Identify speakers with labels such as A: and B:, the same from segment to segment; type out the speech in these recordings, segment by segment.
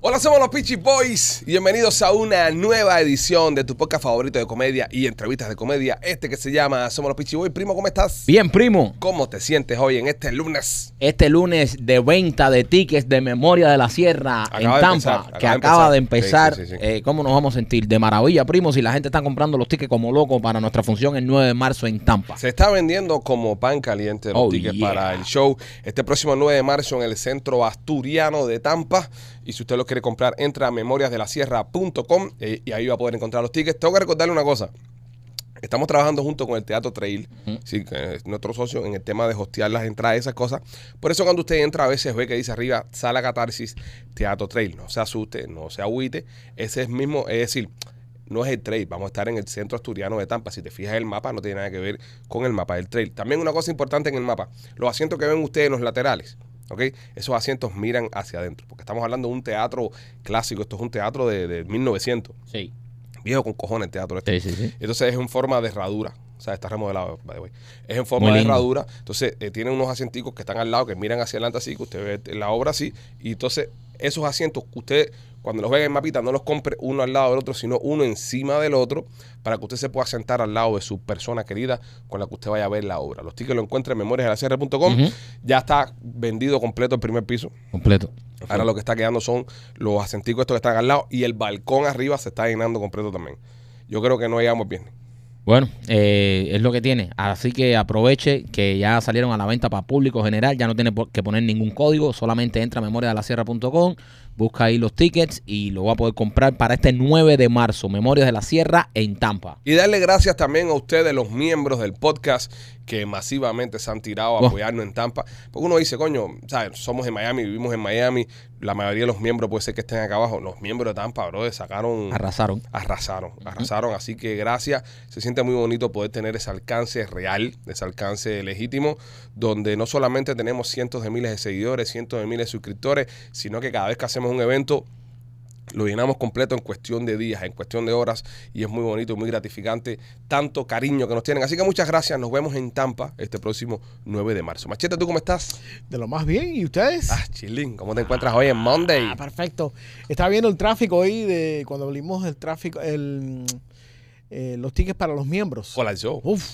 A: Hola, somos los Peachy Boys. y Bienvenidos a una nueva edición de tu podcast favorito de comedia y entrevistas de comedia. Este que se llama Somos los Peachy Boys. Primo, ¿cómo estás?
B: Bien, primo.
A: ¿Cómo te sientes hoy en este lunes?
B: Este lunes de venta de tickets de Memoria de la Sierra
A: Acaba
B: en
A: de
B: Tampa,
A: empezar,
B: que
A: acaba
B: acaba
A: de
B: de
A: empezar.
B: empezar,
A: Sí, sí, sí.
B: eh, ¿cómo nos vamos a sentir? De maravilla, primo, si la gente está comprando los tickets como loco para nuestra función el 9 de marzo en Tampa.
A: Se está vendiendo como pan caliente los
B: Oh,
A: tickets
B: yeah.
A: para el show este próximo 9 de marzo en el Centro Asturiano de Tampa. Y si usted lo quiere comprar, entra a memoriasdelasierra.com eh, y ahí va a poder encontrar los tickets. Tengo que recordarle una cosa. Estamos trabajando junto con el Teatro Trail, sí, que es nuestro socio, en el tema de hostear las entradas y esas cosas. Por eso cuando usted entra a veces ve que dice arriba, Sala Catarsis, Teatro Trail. No se asuste, no se agüite. Ese es mismo, es decir, no es el trail, vamos a estar en el centro asturiano de Tampa. Si te fijas el mapa, no tiene nada que ver con el mapa del trail. También una cosa importante en el mapa, los asientos que ven ustedes en los laterales. ¿ok? Esos asientos miran hacia adentro, porque estamos hablando de un teatro clásico, esto es un teatro de, de 1900,
B: Sí.
A: viejo con cojones el teatro este.
B: Sí, sí, sí.
A: Entonces es en forma de herradura. O sea, está remodelado, by the way. Es en forma
B: Muy
A: de
B: lindo.
A: herradura. Entonces, eh, tiene unos asienticos que están al lado, que miran hacia adelante así, que usted ve la obra así. Y entonces, esos asientos que usted, cuando los ve en el mapita, no los compre uno al lado del otro, sino uno encima del otro, para que usted se pueda sentar al lado de su persona querida con la que usted vaya a ver la obra. Los tickets lo encuentra en memoriasdelacr.com.
B: Ujú.
A: Ya está vendido completo el primer piso.
B: Completo.
A: Ahora lo que está quedando son los acenticos estos que están al lado y el balcón arriba se está llenando completo también. Yo creo que no llegamos bien.
B: Bueno, eh, es lo que tiene. Así que aproveche que ya salieron a la venta para público general. Ya no tiene por- que poner ningún código. Solamente entra a memoriadelasierra.com, busca ahí los tickets y lo va a poder comprar para este 9 de marzo. Memorias de la Sierra en Tampa.
A: Y darle gracias también a ustedes, los miembros del podcast, que masivamente se han tirado a
B: Wow.
A: apoyarnos en Tampa. Porque uno dice, coño, ¿sabes? somos en Miami, vivimos en Miami. La mayoría de los miembros puede ser que estén acá abajo. Los miembros de Tampa, bro, sacaron.
B: Arrasaron.
A: Arrasaron, arrasaron. Así que gracias. Se siente muy bonito poder tener ese alcance real, ese alcance legítimo, donde no solamente tenemos cientos de miles de seguidores, cientos de miles de suscriptores, sino que cada vez que hacemos un evento lo llenamos completo en cuestión de días, en cuestión de horas, y es muy bonito y muy gratificante tanto cariño que nos tienen. Así que muchas gracias, nos vemos en Tampa este próximo 9 de marzo. Machete, ¿tú cómo estás?
C: De lo más bien, ¿y ustedes?
A: Ah, chilín, ¿cómo te encuentras hoy en Monday?
C: Ah, perfecto. Estaba viendo el tráfico hoy de cuando abrimos el tráfico, el, mm, eh, los tickets para los miembros.
A: Colapsó,
C: Uf,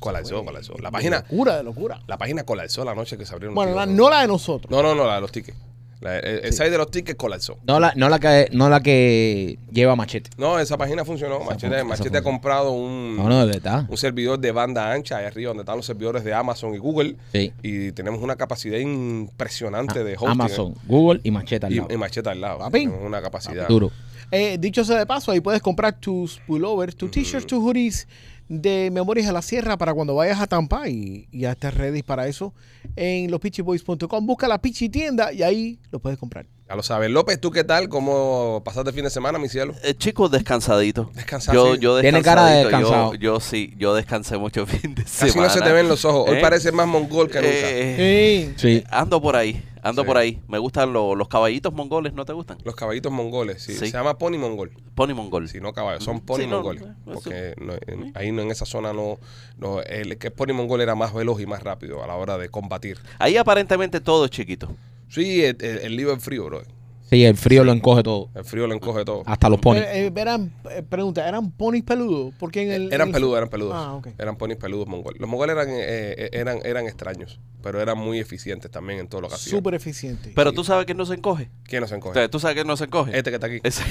A: colapsó, colapsó. La página,
C: de locura, de locura.
A: la página colapsó la noche que se abrieron. los
C: Bueno, la-
A: tickets.
C: no la de nosotros.
A: No, no, no, la de los tickets. La- el el site de los tickets colapsó.
B: No la, no la que no la que lleva machete.
A: No, esa página funcionó. Machete,
B: fun- esa
A: Machete ha
B: funcionó.
A: comprado un,
B: No, no, de verdad.
A: Mm. un servidor de banda ancha ahí arriba donde están los servidores de Amazon y Google.
B: Sí.
A: Y tenemos una capacidad impresionante de hosting.
B: Ah,
A: ¿eh?
B: Amazon, Google y machete al
A: Y,
B: lado.
A: y Machete al lado.
C: Papi.
A: Tenemos una capacidad.
B: Duro.
C: Eh, dicho sea de paso, ahí puedes comprar tus pullovers, tus t-shirts, tus hoodies de Memorias de la Sierra para cuando vayas a Tampa y, y ya estés ready para eso en lospitchyboys.com. Busca la Pichi Tienda y ahí lo puedes comprar.
A: Ya lo sabes. López, ¿tú qué tal? ¿Cómo pasaste el fin de semana, mi cielo?
D: Eh, chico, descansadito.
A: Descansado,
D: Yo,
A: sí.
D: yo
B: Tiene cara de
D: descansadito,
B: descansado.
D: Yo, yo sí, yo descansé mucho el fin de
A: Casi
D: semana.
A: no se te ven los ojos. Hoy
D: ¿Eh?
A: parece más mongol que nunca.
D: Eh,
C: Sí.
B: Sí.
D: Ando por ahí, ando
A: Sí.
D: por ahí. Me gustan lo- los caballitos mongoles, ¿no te gustan?
A: Los caballitos mongoles. sí.
D: Sí.
A: Se llama pony mongol.
D: Pony mongol.
A: Si no caballos,
D: Mm.
A: son pony
D: Sí, no,
A: mongoles.
D: eh, eso-
A: porque no, en- ahí no, en esa zona no, no, el que es pony mongol era más veloz y más rápido a la hora de combatir.
D: Ahí aparentemente todo es chiquito.
A: Sí, el, el, el lío es frío, bro.
B: Sí, el frío lo encoge todo.
A: El frío lo encoge todo.
B: Hasta los ponis.
C: Eh, eh, eran, eh, pregunta, ¿eran ponis peludos? Porque en el,
A: Eh, Eran
C: en el-
A: peludos, eran peludos.
C: Ah, ok.
A: Eran ponis peludos mongoles. Los mongoles eran, eh, eh, eran, eran extraños, pero eran muy eficientes también en todo lo que hacían.
C: Súper eficiente.
D: Pero tú sabes que no se encoge.
A: ¿Quién nos
D: O
A: encoge?
D: sea, tú sabes que no se encoge.
A: Este que está aquí.
D: Ese-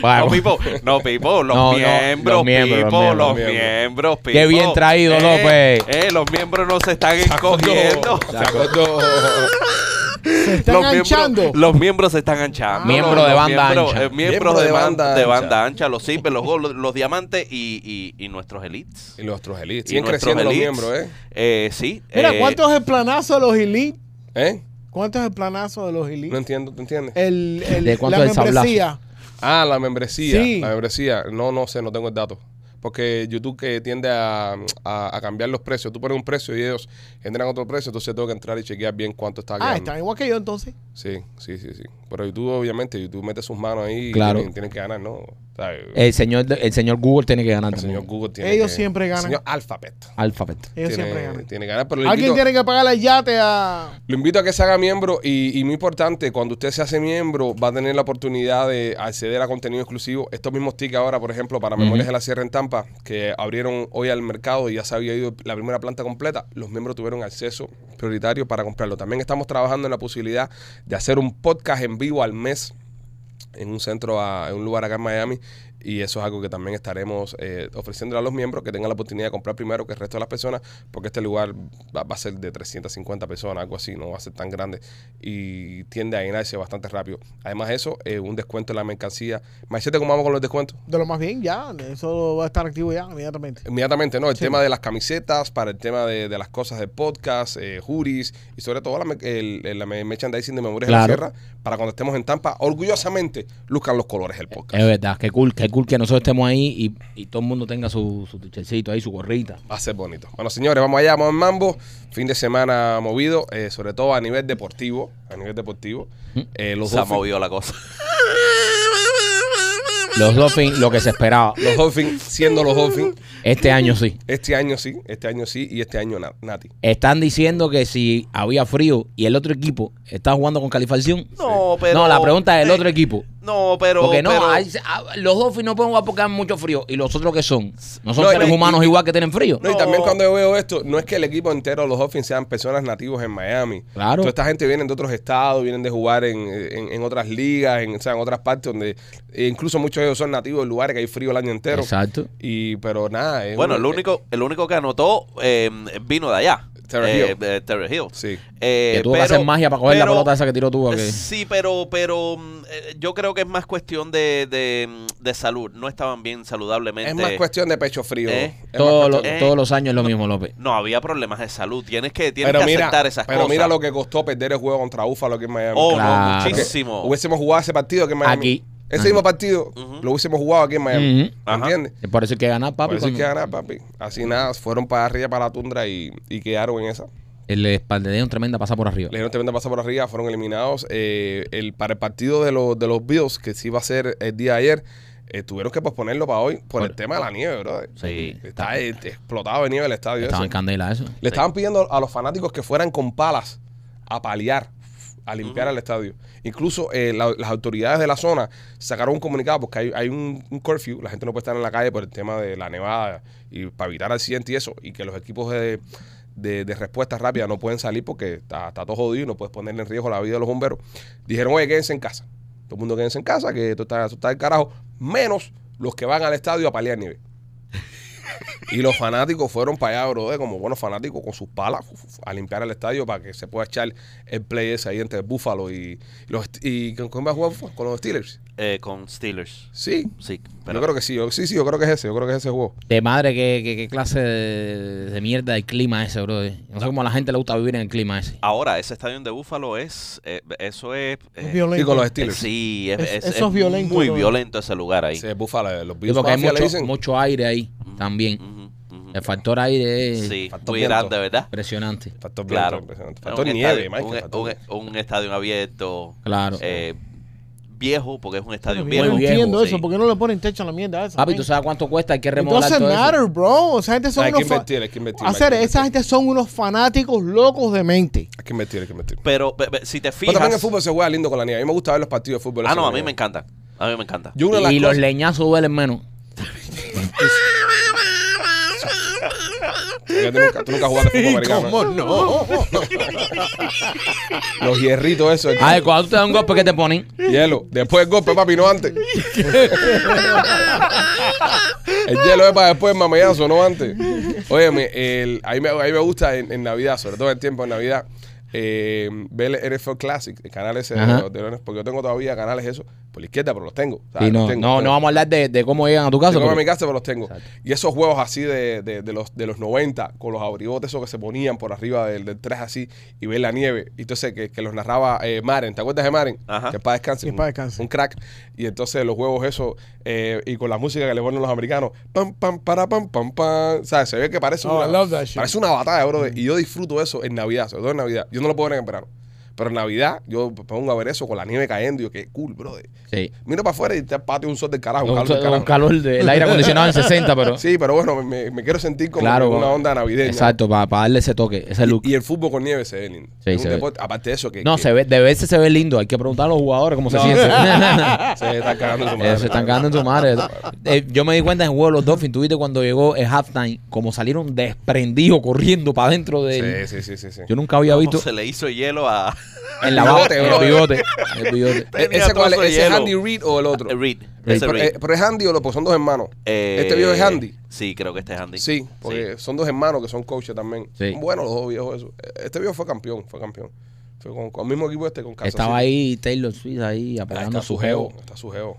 B: Bueno,
D: No, Pipo, no, Pipo, los
B: No, no,
D: miembros,
B: los miembros, los
D: Pipo,
B: miembros,
D: los
A: los miembros.
D: miembros, Pipo.
B: Qué bien traído, Pues.
D: Eh,
B: López.
D: Eh, los miembros no se están
A: Se acordó,
D: encogiendo.
A: se acordó.
C: Se están
D: los
C: anchando.
D: miembros, los miembros se están anchando.
B: Miembro
D: Los
B: de banda
D: miembros,
B: ancha.
D: eh, miembros
A: Miembro
D: de,
A: de
D: banda,
A: banda
D: de
A: ancha.
D: banda ancha, los simples, los gold, los diamantes y, y- y nuestros elites.
A: Y nuestros elites.
D: Y
A: Siguen
D: nuestros
A: creciendo
D: elites.
A: los miembros, ¿eh?
D: Eh, sí.
C: Mira,
D: eh,
C: ¿cuántos el planazo de los Elite?
A: ¿Eh?
C: ¿Cuántos el planazo de los Elite?
A: No entiendo, ¿te entiendes?
C: el, el-
B: ¿De cuánto
C: la
B: es el sablazo?
C: membresía.
A: Ah, la membresía.
C: Sí.
A: La membresía. No, no sé, no tengo el dato. Porque YouTube que tiende a, a- a cambiar los precios. Tú pones un precio y ellos generan otro precio, entonces tengo que entrar y chequear bien cuánto está
C: Ah,
A: quedando.
C: están igual que yo entonces.
A: Sí, sí, sí, sí. Pero YouTube, obviamente, YouTube mete sus manos ahí
B: Claro.
A: y tienen, tienen que ganar, ¿no? ¿sabes?
B: El señor, de- el señor Google tiene que
A: el
B: ganar también.
A: señor Google tiene
C: Eh, Ellos
A: que-
C: siempre ganan.
A: El señor Alphabet.
B: Alphabet.
C: Ellos
A: tiene,
C: siempre ganan.
A: tiene que ganar, pero lo
C: Alguien
A: invito,
C: tiene que pagarle el yate a.
A: lo invito a que se haga miembro y, y muy importante, cuando usted se hace miembro va a tener la oportunidad de acceder a contenido exclusivo. Estos mismos tickets ahora, por ejemplo, para Memorias de la Sierra en Tampa, que abrieron hoy al mercado y ya se había ido la primera planta completa, los miembros tuvieron acceso prioritario para comprarlo. También estamos trabajando en la posibilidad de hacer un podcast en vivo al mes en un centro, a- en un lugar acá en Miami. Y eso es algo que también estaremos eh, ofreciéndole a los miembros que tengan la oportunidad de comprar primero que el resto de las personas, porque este lugar va, va a ser de 350 personas, algo así, no va a ser tan grande y tiende a llenarse bastante rápido. Además, de eso, eh, un descuento en la mercancía. Machete, ¿cómo vamos con los descuentos?
C: De lo más bien, ya. Eso va a estar activo ya inmediatamente.
A: Eh, Inmediatamente, ¿no? El tema de las camisetas, para el tema de, de las cosas de podcast, eh, juris y sobre todo la, me- el, el- la me- merchandising de Memorias de la
B: Claro.
A: Sierra, para cuando estemos en Tampa, orgullosamente luzcan los colores del podcast.
B: Es verdad, qué cool, qué cool que nosotros estemos ahí y, y todo el mundo tenga su, su tichercito ahí, su gorrita.
A: Va a ser bonito. Bueno, señores, vamos allá, vamos al mambo. Fin de semana movido, eh, sobre todo a nivel deportivo. A nivel deportivo. Eh, los
D: Mm. Se ha
A: Dolphins,
D: movido la cosa.
B: Los Dolphins, lo que se esperaba.
A: los Dolphins, siendo los Dolphins,
B: Este año sí.
A: este año sí, este año sí y este año na- Nati.
B: Están diciendo que si había frío y el otro equipo está jugando con calificación.
D: No, pero.
B: no, la pregunta es el
D: eh,
B: otro equipo.
D: No, pero.
B: Porque no,
D: pero-
B: hay- ah, los Dolphins no pueden jugar porque hay mucho frío. ¿Y los otros que son? ¿No son
A: No,
B: seres
A: y-
B: humanos
A: y-
B: igual que tienen frío?
A: No, y también cuando yo veo esto, no es que el equipo entero de los Dolphins sean personas nativos en Miami.
B: Claro.
A: Toda esta gente viene de otros estados, vienen de jugar en, en- en otras ligas, en, o sea, en otras partes donde e incluso muchos de ellos son nativos de lugares que hay frío el año entero.
B: Exacto.
A: Y pero nada, es
D: Bueno,
A: un-
D: el único, el único que anotó eh, vino de allá.
A: Terry
D: Eh,
A: Hill.
D: eh, Terry Hill.
A: Sí.
D: Eh,
B: que tuvo que
D: pero-
B: hacer magia para coger la
D: pero-
B: pelota esa que tiró tú. ¿a qué?
D: Sí, pero, pero mm, eh, yo creo que es más cuestión de, de, mm, de salud. No estaban bien saludablemente.
A: Es más cuestión de pecho frío.
D: Eh.
A: Es más
B: Todos, los-
A: cuestión-
D: eh,
B: todos los años es lo mismo, López.
D: No, había problemas de salud. Tienes que, tienes que aceptar esas
A: pero
D: cosas.
A: mira lo que costó perder el juego contra Búfalo que en Miami.
D: Oh,
B: Claro.
D: no, muchísimo.
A: Hubiésemos jugado ese partido que en Miami.
B: Aquí.
A: Ese
B: Ajá.
A: mismo partido
D: Ujú.
A: lo hubiésemos jugado aquí en Miami.
B: Ujú.
A: ¿Me
D: Ajá.
A: ¿Entiendes?
B: Y Por eso hay que ganar, papi.
A: Por eso hay que
B: cuando-
A: ganar, papi. Así nada, fueron para arriba, para la tundra y, y quedaron en esa.
B: El espaldeo tremenda pasa por arriba.
A: Le dieron tremenda pasada por arriba, fueron eliminados. Eh, el, para el partido de, los de los Bills, que sí iba a ser el día de ayer, eh, tuvieron que posponerlo para hoy por el
B: Por-
A: tema de la nieve, brother.
B: Sí.
A: Está eh, explotado de nieve el estadio.
B: Estaba
A: ese.
B: en candela eso.
A: Le estaban pidiendo a los fanáticos que fueran con palas a paliar, a limpiar el estadio. Incluso eh, la- las autoridades de la zona sacaron un comunicado porque hay, hay un, un curfew, la gente no puede estar en la calle por el tema de la nevada y para evitar accidentes y eso, y que los equipos de, de- de respuesta rápida no pueden salir porque está, está todo jodido y no puedes ponerle en riesgo la vida de los bomberos. Dijeron, oye, quédense en casa. Todo el mundo quédense en casa, que esto está, esto está del carajo, menos los que van al estadio a paliar nieve. Y los fanáticos fueron para allá, brother, como buenos fanáticos, con sus palas uf, uf, a limpiar el estadio para que se pueda echar el play ese ahí entre Búfalo y, y los St- y con quién va a jugar Buffalo? con los Steelers.
D: Eh, con Steelers.
A: Sí.
D: Sí,
A: yo creo que sí, yo, sí, sí, yo creo que es ese, yo creo que es ese juego.
B: De madre, qué, qué- qué clase de, de mierda de clima ese, bro. No sé cómo a la gente le gusta vivir en el clima ese.
A: Ah,
D: ahora ese estadio de Búfalo es. eh, eso es. eh,
A: Y
C: Es
B: Pues
C: violento.
A: con los
D: eh,
A: Steelers. Sí,
D: sí, es,
C: Es-
D: es-
C: eso
D: es
C: es violento,
D: Muy
C: bro.
D: violento ese lugar ahí.
A: Búfalo, eh, los
B: Sí,
A: Bills
B: porque hay
A: Mafia le
B: mucho,
A: dicen.
B: mucho aire ahí también.
D: Ujú, ujú.
B: El factor aire es
D: Sí,
A: Factor
D: muy
A: viento.
D: grande, ¿verdad?
B: impresionante.
A: Factor
D: Claro.
A: viento, impresionante. Factor
D: Un
A: nieve,
D: estadio-
A: Michael,
D: un- e-
A: factor
D: un-
A: nieve.
D: un estadio abierto.
B: Claro.
D: eh, viejo, porque es un estadio
C: Pero yo
D: viejo.
C: no
B: Muy
C: entiendo
B: viejo,
C: eso.
D: sí.
C: ¿Por qué no le ponen techo a la mierda esa?
B: Papi,
C: man?
B: ¿tú sabes cuánto cuesta? Hay que
C: It
B: remodelar
C: doesn't
B: todo eso.
C: matter, bro. O sea, gente son
A: Hay que
C: unos fa-
A: invertir, hay que invertir. Michael,
C: hacer,
A: hay que
C: esa
A: invertir.
C: gente son unos fanáticos locos de mente.
A: Hay que invertir, hay que invertir.
D: Pero be- be- si te
A: Pero
D: fijas.
A: también el fútbol se juega lindo con la nieve. A mí me gusta ver los partidos de fútbol.
D: Ah,
A: así
D: no,
A: con
D: a mí
A: nieve.
D: me encanta. A mí me encanta.
A: Yo una de las
B: Y los
A: cosas-
B: leñazos duelen menos.
A: Porque tú nunca, tú nunca jugaste fútbol americano.
C: no?
A: Los hierritos esos. el-
B: Ay, cuando tú te das un golpe, ¿qué te ponen?
A: Hielo. Después el golpe, papi, no antes. el hielo es para después el mamellazo, no antes. Óyeme, el, a, mí me, a mí me gusta en, en Navidad, sobre todo el tiempo en Navidad, eh, ver el NFL Classic, el canal ese de
B: Ajá.
A: los- de los- porque yo tengo todavía canales eso, por la izquierda, pero los tengo. ¿sabes?
B: Sí, no,
A: Los tengo,
B: no,
A: los
B: no
A: tengo.
B: vamos a hablar de, de cómo llegan a tu
A: Yo
C: Ah,
B: casa.
A: como en mi
B: pero-
A: casa, pero los tengo.
B: Exacto.
A: Y esos juegos así de, de, de los, de los 90, con los abrigotes esos que se ponían por arriba del, del 3 así, y ver la nieve. Y entonces que, que los narraba eh, Maren, ¿te acuerdas de Maren?
D: Ajá.
A: Que para descanse.
C: Que en paz descanse.
A: Un, un crack. Y entonces los juegos esos, eh, y con la música que le ponen los americanos, pam, pam, para, pam, pam, pam. O sea, se ve que parece,
C: Oh, I
A: una,
C: love that shit. Mm.
A: parece una batalla, bro. Y yo disfruto eso en Navidad, sobre todo en Navidad. Yo no lo puedo ver en el verano. Pero en Navidad yo me pongo a ver eso con la nieve cayendo y yo, qué cool, brother.
B: Sí.
A: Mira para afuera y está el patio un sol del carajo, un
B: Un,
A: calor del carajo.
B: calor, de- el aire acondicionado en 60, pero.
A: Sí, pero bueno, me- me, me quiero sentir como
B: claro.
A: en una onda navideña.
B: Exacto, para, darle ese toque, ese look.
A: Y el fútbol con nieve se ve lindo.
B: Sí,
A: Es un
B: se ve.
A: deporte- Aparte de eso, que.
B: no,
A: que-
B: se ve, de veces se ve lindo. Hay que preguntar a los jugadores cómo se
A: No.
B: sienten.
A: Se están cagando en su madre.
B: Eh, se están cagando en su madre. Eh, yo me di cuenta en el juego de los Dolphins. Tú viste cuando llegó el halftime, como salieron desprendidos corriendo para adentro del.
A: Sí, sí, sí, sí. sí.
B: Yo nunca había
D: ¿Cómo
B: visto
D: se le hizo hielo a
B: en la baba,
A: Bigote,
B: en el
A: brother.
B: bigote. en el bigote.
A: ¿E-
D: Tenía
A: ¿Ese cuál es?
D: trozo de
A: ¿Ese es
D: hielo.
A: Andy Reid o el otro?
D: a Reed?
B: Reed.
A: Eh,
D: Ese
A: pero,
D: Reed.
A: eh, pero es Andy o lo, pues son dos hermanos.
D: Eh,
A: ¿Este viejo es Andy?
D: Sí, creo que este es Andy.
A: Sí, porque son dos hermanos que son coaches también.
B: Sí.
A: Son buenos los dos viejos esos. Eh, Este viejo fue campeón, fue campeón. Fue con, con el mismo equipo este, con Kansas
B: Estaba
A: City.
B: ahí Taylor Swift ahí
A: Ah,
B: apelando
A: está
B: a
A: su
B: su
A: geo.
B: geo.
A: Está su geo.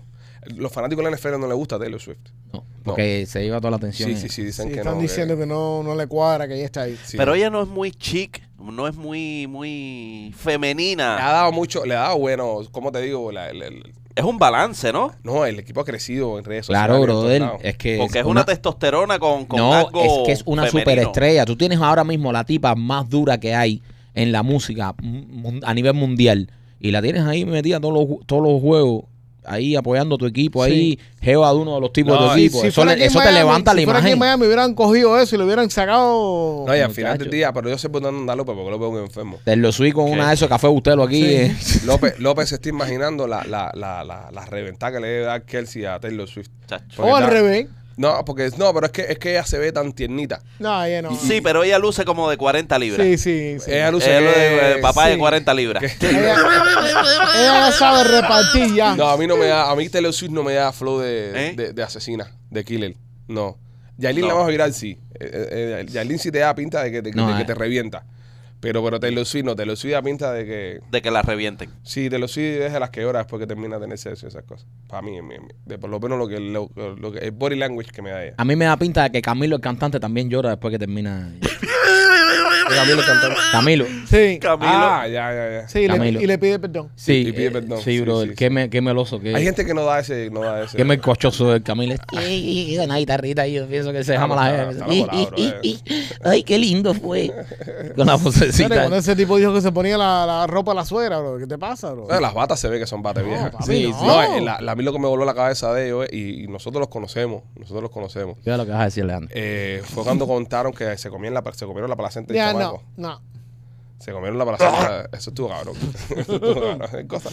A: Los fanáticos de la NFL no les gusta Taylor Swift.
B: No, porque se lleva toda la atención.
A: Sí, sí, sí, dicen
C: Sí,
A: que
C: están
A: no.
C: diciendo que no, no le cuadra, que ella está ahí.
A: sí.
D: Pero ella no es muy chic, no es muy, muy
A: Le
B: Ah.
D: femenina.
A: ha dado mucho, le ha dado bueno, ¿cómo te digo? La- la- la-
D: Es un balance, ¿no?
A: no, el equipo ha crecido en redes sociales.
B: Claro,
A: en todos
B: brother.
A: lados.
B: Es que
D: Porque es una, testosterona con, con
B: no,
D: algo
B: es que es una
D: femenino.
B: superestrella. Tú tienes ahora mismo la tipa más dura que hay en la música mun- a nivel mundial. Y la tienes ahí metida en todos los, ju- todos los juegos, ahí apoyando a tu equipo, ahí jeva de uno de los tipos
A: No,
B: de tu
A: y
B: equipo. pues, eso
C: fuera
B: le-
C: aquí en
B: eso te
C: Miami,
B: levanta la
C: si fuera aquí en
B: imagen.
C: Miami hubieran cogido eso y lo hubieran sacado.
A: No, y al
B: Muchacho.
A: final del día, pero yo sé por dónde anda López porque López es un enfermo.
B: Te lo subí con una de esos café bustelo aquí. eh.
A: López, López se está imaginando la, la, la, la, la reventada que le debe dar Kelsey a Taylor Swift.
D: Chacho.
A: Porque
C: o al
A: está-
C: revés.
A: No, porque no, pero es que es que ella se ve tan tiernita.
C: No, ella no.
D: Sí, pero ella luce como de 40 libras.
C: sí, sí. sí.
A: Ella luce
D: Ella
A: que-
D: luce, eh, papá de
C: sí.
D: 40 libras.
C: Ella, ella ya sabe repartir ya.
A: No, a mí no me da, a mí Taylor Swift no me da flow de,
D: ¿Eh?
A: de, de asesina, de killer. No. Yailin
D: No.
A: la más viral sí. Eh, eh, Yailin sí te da pinta de que, te-
B: No,
A: de que
B: eh.
A: te revienta. Pero, pero Taylor Swift no, Taylor Swift da pinta de que
D: De que la revienten.
A: Sí, te lo sí es de las que llora después que termina de tener sexo y esas cosas. Para mí, mi- mi- de por lo menos lo que, lo, lo que el body language que me da ella.
B: A mí me da pinta de que Camilo, el cantante, también llora después que termina.
A: Camilo cantando.
D: Ah.
B: Camilo.
C: Sí,
D: Camilo.
A: Ah, ya, ya, ya.
C: sí le-
B: Camilo.
C: y le pide perdón.
B: Sí,
A: y pide
B: eh,
A: perdón.
B: sí,
A: Sí,
B: bro.
A: sí,
B: qué,
A: sí.
B: Me, qué meloso. Qué,
A: Hay gente que no da ese, no da ese.
B: qué melcochoso el Camilo. Y una guitarrita y yo pienso que
A: este.
B: se
A: Está
B: llama la E.
A: enamorado,
B: gente.
A: está enamorado, bro, eh.
B: Ay, qué lindo fue. Con la
C: Espérate, cuando
B: vocecita.
C: ese tipo dijo que se ponía la, la ropa a la suegra, bro. ¿Qué te pasa, bro?
A: Bueno, las batas se ve que son batas
C: No,
A: viejas.
C: papi,
B: Sí,
C: no.
B: sí.
A: No, eh, la, la- a mí lo que me voló la cabeza de ellos, eh, y, y nosotros los conocemos, nosotros los conocemos.
B: Yo lo que vas a decir, Leandro.
A: Eh, fue cuando contaron que se comían la se comieron la placenta del
C: Ya,
A: chamaco.
C: no, no.
A: Se comieron la palacita. Eso estuvo cabrón. Eso estuvo cabrón. Cosa-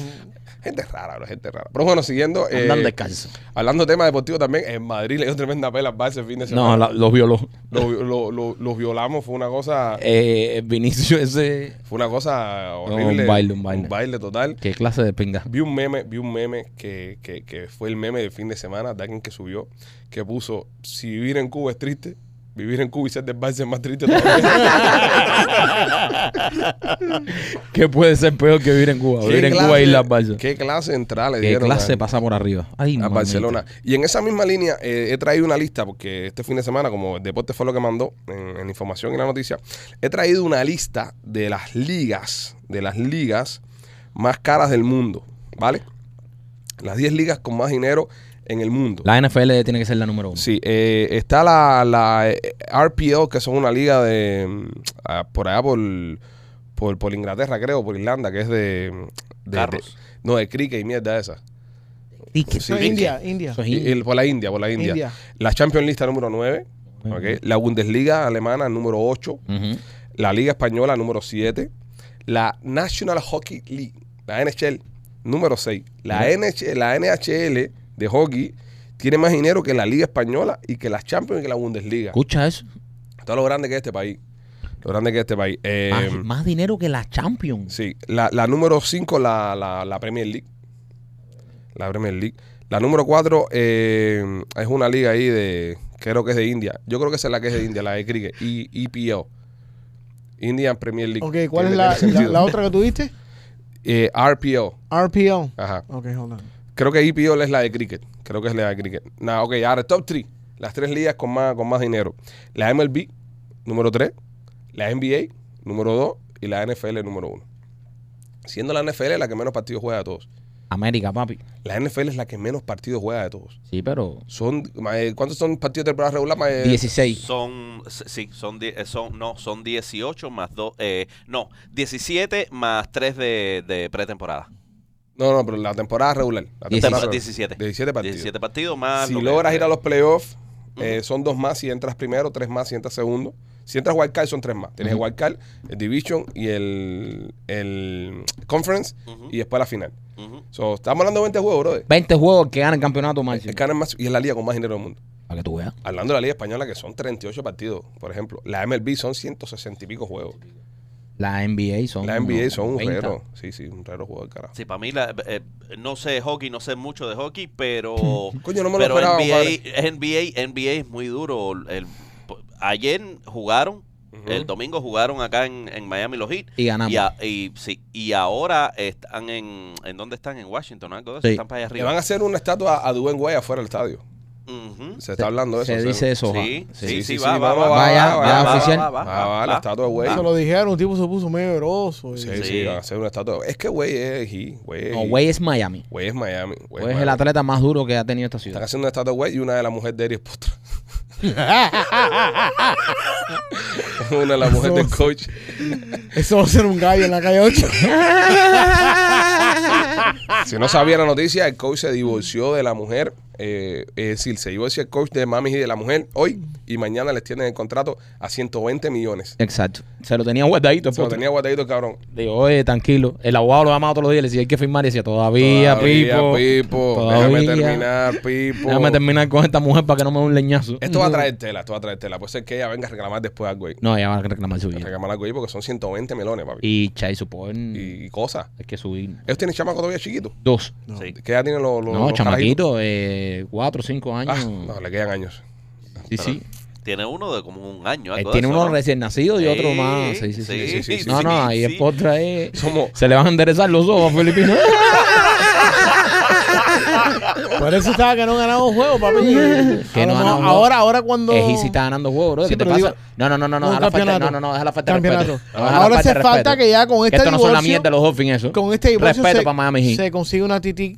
A: Gente rara, bro, gente rara. Pero bueno, siguiendo. eh,
B: Andan descalzo.
A: Hablando de temas deportivos también, en Madrid le dio tremenda pela al Barça el fin de semana.
B: No, la- los violó.
A: Lo- lo- lo- los violamos, fue una cosa,
B: Eh, Vinicio ese...
A: fue una cosa horrible.
B: un baile, un baile.
A: total.
B: ¿Qué clase de pinga?
A: Vi un meme, vi un meme que, que- que fue el meme del fin de semana de alguien que subió, que puso, si vivir en Cuba es triste, vivir en Cuba y ser del Barça es más triste todavía.
B: ¿Qué puede ser peor que vivir en Cuba? Vivir en Cuba y ir al Barça.
A: qué clase de entrada le
B: ¿Qué
A: dieron
B: clase
A: a-
B: pasa por arriba? Ay,
A: a
B: mamita.
A: Barcelona. Y en esa misma línea eh, he traído una lista, porque este fin de semana, como el deporte fue lo que mandó en, en información y la noticia, he traído una lista de las ligas, de las ligas más caras del mundo, ¿vale? Las 10 ligas con más dinero en el mundo.
B: La NFL tiene que ser la número uno.
A: Sí, eh, está la, la eh, RPL, que son una liga de mm, ah, por allá por, por, por Inglaterra, creo, por Irlanda, que es de... mm, de-
D: Carros.
A: de- no, de cricket y mierda esa.
B: Ticket.
A: Sí.
C: No, India, India.
B: Eso es
A: Y-
B: indio.
A: y por la India, por la India.
C: India.
A: La Champions League está número 9. ¿ok? La Bundesliga alemana número 8.
B: Ujú.
A: La Liga Española número 7. La National Hockey League, la NHL, número 6. La,
B: Ujú.
A: NH la NHL de hockey tiene más dinero que la Liga Española y que la Champions y que la Bundesliga.
B: Escucha eso.
A: Todo lo grande que es este país. Lo grande que es este país. Eh,
B: más, más dinero que la Champions.
A: Sí, la, la número 5, la, la, la Premier League. La Premier League. La número 4 es una liga ahí de. Creo que es de India. Yo creo que esa es la que es de India, la de cricket. E, Y, EPL. Indian Premier League.
C: Ok, ¿cuál es
A: Tiene-
C: la,
A: tiene
C: la-
A: sentido.
C: la otra que tuviste?
A: Eh, RPL.
C: RPO.
A: Ajá.
C: Ok, hold on.
A: Creo que EPL es la de cricket. Creo que es la de cricket. Nah, ok, ahora top 3. Las tres ligas con más, con más dinero. La MLB, número 3. La NBA, número 2. Y la NFL, número 1. Siendo la NFL la que menos partidos juega de todos.
B: América, papi.
A: La NFL es la que menos partidos juega de todos.
B: Sí, pero
A: Son, ma- eh, ¿Cuántos son partidos de temporada regular? ma- eh,
B: 16.
D: Son, sí, son, die- eh, son, no, son 18 más 2, eh, no, 17 más 3 de, de pretemporada.
A: No, no, pero la temporada regular. La
B: Diecisiete.
A: temporada regular.
D: 17.
A: 17 partidos.
D: 17 partidos más.
A: si
D: lo que-
A: logras ir a los playoffs,
D: Ah, Ujú.
A: eh, son dos más si entras primero, tres más si entras segundo. Si entras wildcard, son tres más. Tienes
B: Ujú.
A: el wildcard, el division y el, el conference
D: Ujú.
A: y después la final.
D: Ujú.
A: So, estamos hablando de 20 juegos, brother.
B: 20 juegos que ganan el campeonato máximo.
A: El que gana más, y es la liga con más dinero del mundo.
B: Para que tú veas.
A: Hablando de la liga española, que son 38 partidos, por ejemplo. La MLB son 160 y pico juegos.
B: La NBA son.
A: La NBA
B: unos
A: son un
B: 20.
A: rero. Sí, sí, un rero juego del carajo.
D: Sí, para mí, la- eh, no sé hockey, no sé mucho de hockey, pero.
A: Coño, no me lo
D: pero
A: esperaba,
D: NBA,
A: compadre.
D: es NBA, NBA es muy duro. El- ayer jugaron,
A: Ujú.
D: el domingo jugaron acá en, en Miami los Heat.
B: Y ganamos.
D: Y, a- y, sí, y ahora están en. ¿En dónde están? En Washington, algo de eso.
B: Sí.
D: Están para allá
A: Le
D: arriba.
A: van a hacer una estatua a Dwayne Wade afuera del estadio.
D: Ujú.
A: Se está hablando de eso.
B: Se
A: seguro.
B: dice eso.
D: Sí,
B: va.
A: Sí,
D: sí, sí,
A: sí,
D: va,
A: sí,
D: va,
A: vamos,
D: va,
B: va, ya,
D: va,
B: ya,
D: va,
B: oficial.
D: va, va, va,
A: Ah, la
D: va.
A: estatua de Wade.
C: Se lo dijeron, un tipo se puso medio groso. y-
A: Sí, sí,
D: Sí.
A: van a hacer una estatua. Es que güey es Heat, güey es
B: No,
A: Heat.
B: güey es Miami.
A: Güey es Miami. Güey
B: Güey es el
A: Miami.
B: atleta más duro que ha tenido esta
A: Están
B: ciudad.
A: haciendo una estatua de güey y una de la mujer de Eric Potra. una de la mujer del coach.
C: Eso va a ser un gallo en la calle 8.
A: Si no sabía la noticia, el coach se divorció de la mujer. eh, es decir, se divorció el coach de Mami y de la mujer hoy y mañana les tienen el contrato a 120 millones.
B: Exacto. Se lo tenía guardadito. el
A: Se lo
B: postre.
A: tenía guardadito el cabrón.
B: Digo, oye, tranquilo. El abogado lo llamaba todos los días. Le decía, hay que firmar. Y decía, todavía, Pipo.
A: Pipo. Déjame
B: Todavía.
A: terminar, Pipo.
B: Déjame terminar con esta mujer para que no me dé un leñazo.
A: Esto va a traer tela, esto va a traer tela. Puede ser que ella venga a reclamar después algo ahí.
B: No, ella va a reclamar su vida.
A: Reclamar algo ahí porque son 120 melones, papi.
B: Y Chai Supon.
A: Y, cosas.
B: Hay que subir.
A: Ellos tienen chamaco todavía chiquito.
B: Dos.
D: Sí.
A: ¿Qué edad tienen los, los,
B: No,
A: los carajitos?
B: chamaquito, eh, cuatro o cinco años.
A: Ah, no, le quedan años.
B: sí, sí.
D: Tiene uno de como un año.
B: Él
D: algo de
B: Eh, tiene
D: eso,
B: uno
D: ¿no?
B: recién nacido y otro
D: Sí,
B: más. Sí, sí, sí.
A: sí, sí, sí,
B: no,
A: sí,
B: no, ahí
D: sí.
B: es potra. eh.
A: Somos,
B: Se le van a enderezar los ojos a Filipino.
C: Por eso estaba que no ganamos juegos, papi.
B: Que no
C: A lo mejor
B: ganamos.
C: Ahora, ahora cuando.
B: Es Easy está ganando juego, bro.
C: Sí,
B: ¿Qué te
C: pero
B: pasa?
C: digo-
B: no, no, no, no, no,
C: un
B: deja la falta, no,
C: campeonato.
B: no, no, deja la falta de
C: Campeonato.
B: respeto. No, deja la
C: Ahora
B: falta de
C: hace falta
B: respeto.
C: que ya con este
B: Esto no son la
C: divorcio-
B: mierda de los Dolphins, eso.
C: Con este divorcio.
B: Respeto
C: se,
B: para Miami Heat.
C: se consigue una titi.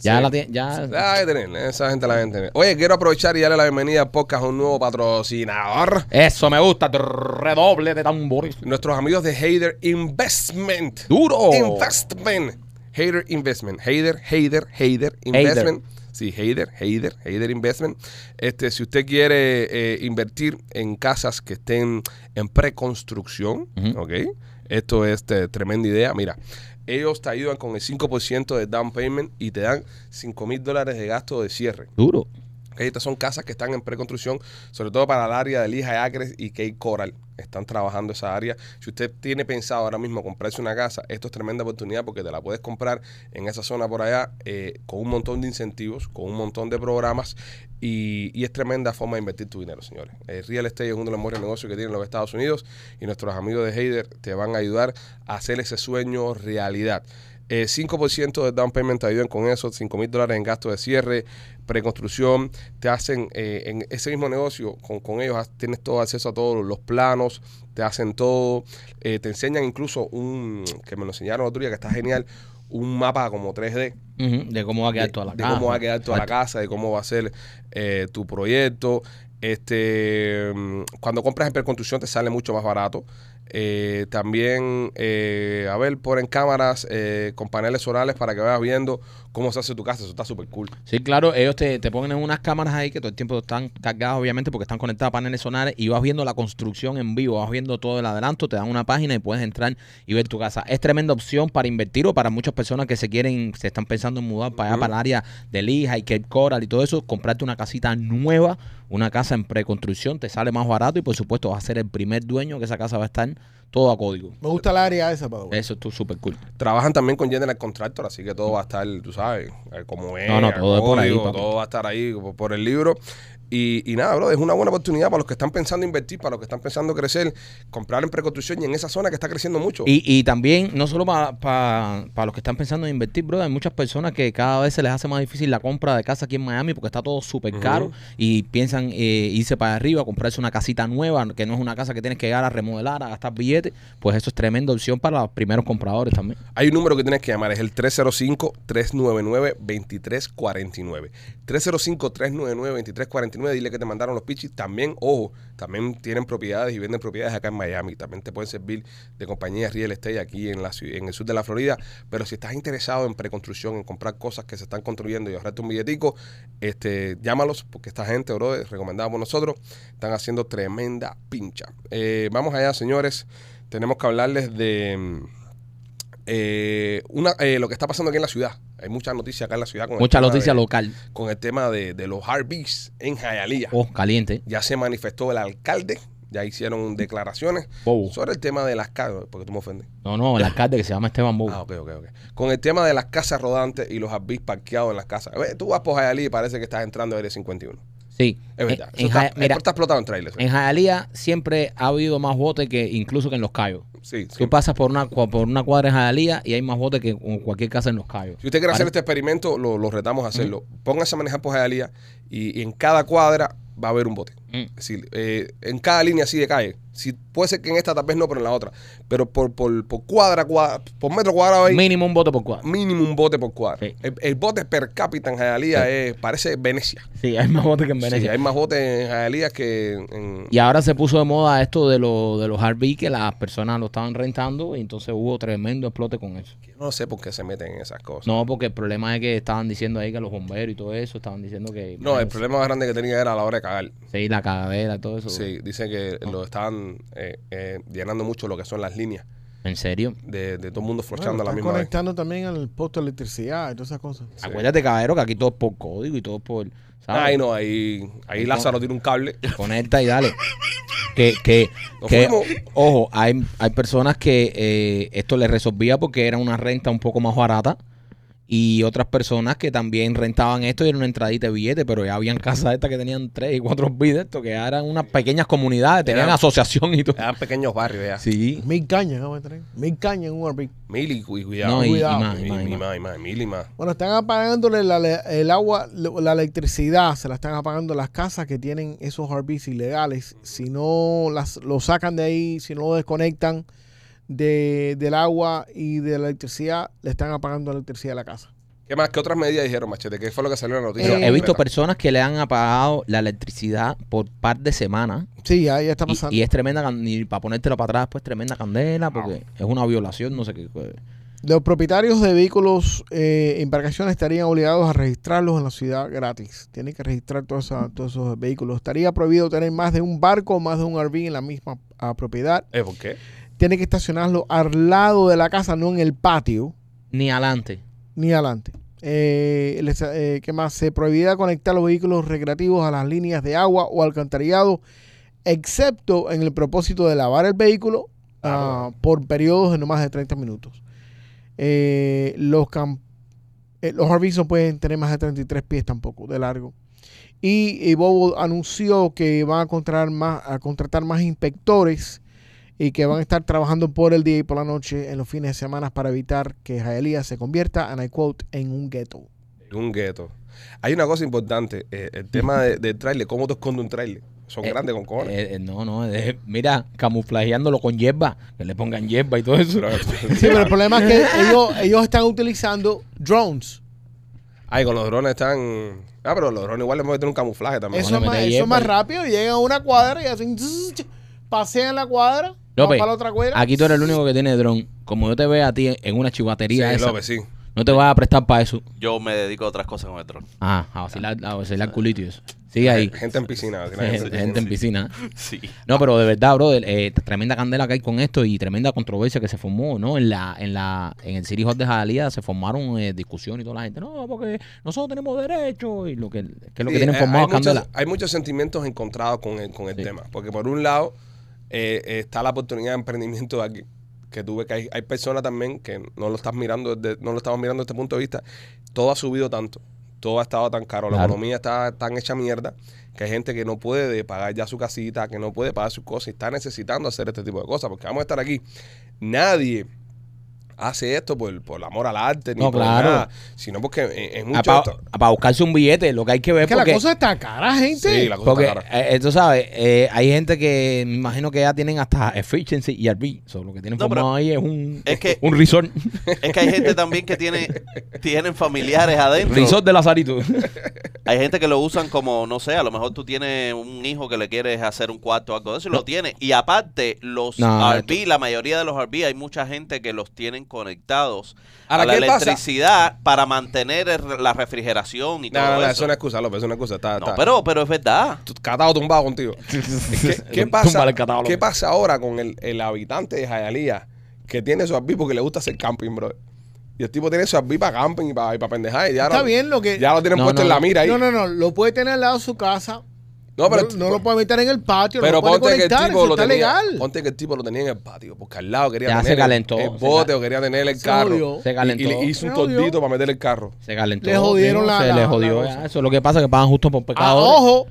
B: Ya
A: Sí.
B: la tiene, ya.
A: Ah, hay que tener, esa gente la deben tener. Oye, quiero aprovechar y darle la bienvenida al podcast a un nuevo patrocinador.
B: Eso me gusta. Trrr, Redoble de tambores.
A: Nuestros amigos de Hader Investment.
B: Duro.
A: Investment. Hader Investment. Hader, Hader, Hader Investment. Sí, Hader, Hader, Hader Investment. Este, si usted quiere eh, invertir en casas que estén en preconstrucción,
B: Ujú.
A: ¿ok? Esto es este, tremenda idea. Mira, ellos te ayudan con el 5% de down payment y te dan 5 mil dólares de gasto de cierre.
B: Duro.
A: Ok, Estas son casas que están en preconstrucción, sobre todo para el área de Lija y Acres y Cape Coral. Están trabajando esa área. Si usted tiene pensado ahora mismo comprarse una casa, esto es tremenda oportunidad porque te la puedes comprar en esa zona por allá eh, con un montón de incentivos, con un montón de programas y, y es tremenda forma de invertir tu dinero, señores. Eh, Real Estate es uno de los mejores negocios que tienen los Estados Unidos y nuestros amigos de Heider te van a ayudar a hacer ese sueño realidad. Eh, 5% de down payment te ayudan con eso, 5 mil dólares en gastos de cierre, preconstrucción, te hacen eh, en ese mismo negocio, con, con ellos has- tienes todo acceso a todos los planos, te hacen todo, eh, te enseñan incluso un, que me lo enseñaron otro día, que está genial, un mapa como 3D
B: Ujú, De cómo va a quedar toda la
A: de
B: casa.
A: cómo va a quedar toda la casa, de cómo va a ser eh, tu proyecto. Este, mm, cuando compras en preconstrucción te sale mucho más barato. Eh, también, eh, a ver, ponen cámaras eh, con paneles solares para que vayas viendo cómo se hace tu casa. Eso está súper cool.
B: Sí, claro, ellos te, te ponen unas cámaras ahí que todo el tiempo están cargadas, obviamente, porque están conectadas a paneles solares y vas viendo la construcción en vivo, vas viendo todo el adelanto, te dan una página y puedes entrar y ver tu casa. Es tremenda opción para invertir o para muchas personas que se quieren, se están pensando en mudar para allá,
A: Ujú.
B: para el área de Lija y Cape Coral y todo eso, comprarte una casita nueva, una casa en preconstrucción, te sale más barato y por supuesto vas a ser el primer dueño que esa casa va a estar todo a código.
C: Me gusta el área esa, para
B: Eso es súper cool.
A: Trabajan también con General Contractor, así que todo va a estar, tú sabes, eh, como es.
B: No, no,
A: a
B: todo es por ahí, papi.
A: todo va a estar ahí por, por el libro. Y, y nada, bro, es una buena oportunidad para los que están pensando invertir, para los que están pensando crecer, comprar en preconstrucción y en esa zona que está creciendo mucho.
B: Y, y también, no solo para los que están pensando en invertir, bro, hay muchas personas que cada vez se les hace más difícil la compra de casa aquí en Miami porque está todo súper caro
A: Ujú.
B: y piensan eh, irse para arriba, comprarse una casita nueva, que no es una casa que tienes que llegar a remodelar, a gastar 17, pues eso es tremenda opción para los primeros compradores también.
A: Hay un número que tienes que llamar, es el 305-399-2349. 305-399-2349, dile que te mandaron los pichis. También, ojo, también tienen propiedades y venden propiedades acá en Miami. También te pueden servir de compañías real estate aquí en, la, ciu- en el sur de la Florida. Pero si estás interesado en preconstrucción, en comprar cosas que se están construyendo y ahorrarte un billetico, este, llámalos porque esta gente, bro, recomendada por nosotros, están haciendo tremenda pincha. Eh, vamos allá, señores. Tenemos que hablarles de... mm, eh, una, eh, lo que está pasando aquí en la ciudad. Hay muchas noticias acá en la ciudad. Con el
B: Mucha
A: tema
B: noticia
A: de-
B: local.
A: Con el tema de, de los Harveys en Jayalía.
B: Oh, caliente.
A: Ya se manifestó el alcalde, ya hicieron declaraciones
B: Bobo.
A: sobre el tema de las casas. Porque tú me ofendes.
B: No, no, el alcalde que se llama Esteban Bobo.
A: Ah, ok, ok, ok. Con el tema de las casas rodantes y los Harveys parqueados en las casas. Eh, Tú vas por Jayalía y parece que estás entrando a Área 51.
B: sí.
A: Es verdad.
B: En, en
A: Eso está,
B: Ja- mira,
A: esto está explotado en trailers. ¿eh?
B: en Hialeah siempre ha habido más botes que incluso que en Los Cayos.
A: Sí, sí.
B: Tú pasas por una, cua- por una cuadra en Hialeah y hay más botes que en cualquier casa en Los Cayos.
A: Si usted quiere hacer
B: Pare-
A: este experimento, lo, lo retamos a hacerlo. Póngase a manejar por Jayalía y, y en cada cuadra va a haber un bote.
B: Mm.
A: Es decir, eh, en cada línea así de calle. Si, puede ser que en esta tal vez no, pero en la otra. Pero por, por, por cuadra, cuadra- por metro cuadrado hay
B: Mínimo un bote por cuadra.
A: mínimo un bote por cuadra.
B: Sí.
A: El, el bote per cápita en Jayalía es- parece Venecia.
B: Sí, hay más botes que en
A: Sí,
B: Venecia.
A: hay más botes en Jayalía que en... en-
B: Y ahora se puso de moda esto de, lo, de los RV que las personas lo estaban rentando y entonces hubo tremendo explote con eso.
A: No sé por qué se meten en esas cosas.
B: No, porque el problema es que estaban diciendo ahí que los bomberos y todo eso, estaban diciendo que...
A: No, el problema más grande que tenía era a la hora de cagar.
B: Sí, la cagadera, todo eso.
A: Sí, dicen que lo estaban eh, eh, llenando mucho lo que son las líneas.
B: ¿En serio?
A: de, de todo el mundo
C: Bueno,
A: forchando a la
C: están
A: misma vez.
C: conectando también al posto de electricidad y todas esas cosas.
B: Acuérdate, caballero, que aquí todo es por código y todo es por... ¿sabes?
A: Ay, no, ahí, ahí Lázaro tiene un cable.
B: Conecta y dale. Que, que,
A: Nos
B: que-
A: fuimos.
B: ojo, hay, hay personas que eh, esto les resolvía porque era una renta un poco más barata. Y otras personas que también rentaban esto y era una entradita de billete, pero ya habían casas estas que tenían tres y cuatro billetes, esto que ya eran unas pequeñas comunidades, tenían
A: Eran-
B: asociación y todo.
A: Eran pequeños barrios ya.
B: Sí.
C: Mil cañas, vamos a tener. Mil cañas en un RV.
A: Mil y, cu- y cuidado.
B: No, y, y
C: Cuidado.
B: más, y
A: Mil,
B: más, y
A: y
B: más.
A: más, y más, mil y más.
C: Bueno, están apagándole la le- el agua, lo- la electricidad, se la están apagando las casas que tienen esos RVs ilegales. Si no las, lo sacan de ahí, si no lo desconectan de, del agua y de la electricidad, le están apagando la electricidad a la casa.
A: ¿Qué más? ¿Qué otras medidas dijeron, Machete? ¿Qué fue lo que salió en la noticia?
B: Pero Eh,
C: Eh,
B: he visto
A: completa?
B: personas que le han apagado la electricidad por par de semanas
C: Sí, ya, ya está
B: Y-
C: pasando.
B: Y, es tremenda, can- y para ponértelo para atrás, pues tremenda candela, porque es una violación, no sé qué. pues.
C: Los propietarios de vehículos eh, embarcaciones estarían obligados a registrarlos en la ciudad gratis. Tienen que registrar todos esa- todos esos vehículos. Estaría prohibido tener más de un barco o más de un RV en la misma ah, propiedad.
A: Eh, ¿Por qué?
C: Tienen que estacionarlo al lado de la casa, no en el patio
B: Ni adelante.
C: ni adelante. Eh, les- eh, ¿Qué más? Se prohibirá conectar los vehículos recreativos a las líneas de agua o alcantarillado, excepto en el propósito de lavar el vehículo ah, por periodos de no más de 30 minutos. Eh, los cam- eh, los RVs no pueden tener más de 33 pies tampoco de largo. Y, eh, Bobo anunció que van a contratar más, a contratar más inspectores y que van a estar trabajando por el día y por la noche en los fines de semana para evitar que Jaelía se convierta, and I quote, en un gueto.
A: Un gueto. Hay una cosa importante. eh, el tema de- del trailer. ¿Cómo tú escondes un trailer? Son
B: Eh,
A: grandes con cojones.
B: Eh, eh, no, no, eh, mira, camuflajeándolo con hierba, que le pongan hierba y todo eso.
C: Sí, pero el problema es que ellos, ellos están utilizando drones.
A: Ay, con los drones están... Ah, pero los drones igual les voy a tener un camuflaje también.
C: Eso
B: le
C: es más,
B: metes
C: eso es
B: hierba.
C: más rápido. Llegan a una cuadra y hacen... zzz, ch- Pasean la cuadra, van
A: pues,
B: López,
C: para la otra cuadra.
B: Aquí tú eres el único que tiene dron. Como yo te veo a ti en una chivatería
A: Sí,
B: esa,
A: López, sí.
B: no te vas a prestar para eso.
D: Yo me dedico a otras cosas con el dron.
B: Ah, a vacilar, a vacilar culito y eso. Sigue ahí.
A: Gente en piscina. tiene
B: Gente, gente en piscina.
D: Sí.
B: No, pero de verdad, bro, tremenda candela que hay con esto y tremenda controversia que se formó, ¿no? En la, en la, en el City Hall de Jalía se formaron eh, discusiones y toda la gente, no, porque nosotros tenemos derechos y lo que, que es lo que
A: Sí,
C: eh,
B: tienen
A: hay-
B: formado
A: hay muchos,
B: candela.
A: hay muchos sentimientos encontrados con el, con el
B: Sí.
A: tema. Porque por un lado eh, eh, está la oportunidad de emprendimiento de aquí. Que tuve que hay, hay personas también que no lo estás mirando, desde- no lo estamos mirando desde este punto de vista. Todo ha subido tanto, todo ha estado tan caro, la
B: Claro.
A: economía está tan hecha mierda que hay gente que no puede pagar ya su casita, que no puede pagar sus cosas y está necesitando hacer este tipo de cosas. Porque vamos a estar aquí. Nadie hace esto por, por amor al arte, ni
B: No,
A: por
B: claro.
A: nada, sino porque es, es mucho
B: Para
A: esto.
B: ah, buscarse un billete, lo que hay que ver
C: Es que
B: porque,
C: la cosa está cara, gente.
A: Sí, la cosa
B: porque
A: está cara.
B: eh, eh, tú sabes, eh, hay gente que me imagino que ya tienen hasta efficiency y RB. So, lo que tienen
D: No, pero-
B: formado ahí es un,
D: es que-
B: un resort.
D: Es que hay gente también que tiene tienen familiares adentro.
B: resort de Lazarito.
D: Hay gente que lo usan como, no sé, a lo mejor tú tienes un hijo que le quieres hacer un cuarto o algo de eso y lo tiene. Y aparte, los
B: No,
D: RV, la mayoría de los RV, hay mucha gente que los tienen conectados
A: Ahora,
D: a la
A: ¿qué pasa?
D: electricidad para mantener el- la refrigeración y
A: No,
D: todo
A: no, no,
D: eso.
A: es una excusa, López, es una excusa. Está,
D: No,
A: está
D: pero, pero es verdad.
A: t- catado tumbado contigo. ¿Qué, qué pasa,
B: Túmbale el catálogo.
A: ¿Qué pasa ahora con el, el habitante de Jayalía que tiene su arbí porque le gusta hacer camping, bro? Y el tipo tiene su arbí para camping y para, y para pendejar. Y ya
C: Está
A: lo,
C: bien lo que-
A: Ya lo tienen
B: No,
A: puesto
B: no,
A: en la
B: no.
A: mira ahí.
C: No, no, no. Lo puede tener al lado de su casa.
A: No, pero- pues,
C: no, no lo puede meter en el patio.
A: Pero
C: no lo puede
A: ponte que, el
C: conectar,
A: tipo
C: eso
A: lo
C: está
A: tenía,
C: legal.
A: ponte que el tipo lo tenía en el patio, porque al lado quería
B: Ya se
A: tener el-
B: calentó,
A: el
B: se
A: bote
B: cal-
A: o quería tener el
C: se
A: carro.
C: jodió.
B: Se
A: Y, y
B: calentó.
A: le hizo un
C: Se jodió.
A: tordito para meter el carro.
B: Se calentó.
C: Le jodieron
B: sí,
C: la-
B: Se
C: la-
B: le
C: la
B: jodió.
C: cosa.
B: Eso es lo que pasa, que pagan justo por
C: Ah,
B: pecadores.
C: ojo,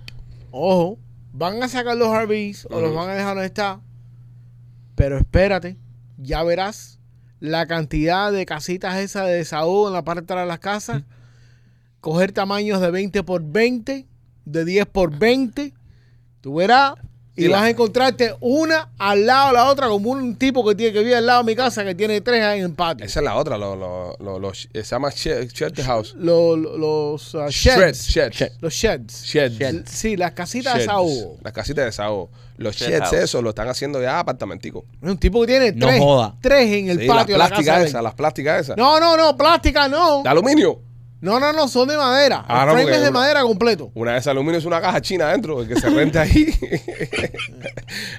C: ojo. Van a sacar los RVs o los
A: Ujú.
C: van a dejar donde está. Pero espérate, ya verás la cantidad de casitas esas de desahogo en la parte de atrás de las casas. Coger tamaños de 20 por 20, de 10 por 20. Tú verás. Y,
A: Y la-
C: vas a encontrarte una al lado de la otra, como un tipo que tiene que vivir al lado de mi casa que tiene tres ahí en el patio.
A: Esa es la otra, lo, lo, lo- lo- se llama Shed, shed House.
C: Lo- lo- los ah,
A: Shed,
C: sheds.
A: shed,
B: Shed.
C: Los sheds.
A: shed.
B: Shed.
C: Sí, las casitas de
A: Sheds.
C: desahogo.
A: Las casitas de desahogo. Los
D: Shed
A: sheds
D: house.
A: esos lo están haciendo ya apartamentico.
C: Es Un tipo que tiene
B: No
C: tres,
B: joda.
C: tres en el
A: Sí,
C: patio. de
A: las
C: la
A: plásticas
C: casa de él.
A: esas, las plásticas esas.
C: No, no, no, plástica no.
A: De aluminio.
C: No, no, no, son de madera.
A: Ah,
C: el
A: no,
C: frame
A: porque
C: es de
A: una-
C: madera completo.
A: Una de esas de aluminio es una caja china adentro. El que se renta ahí.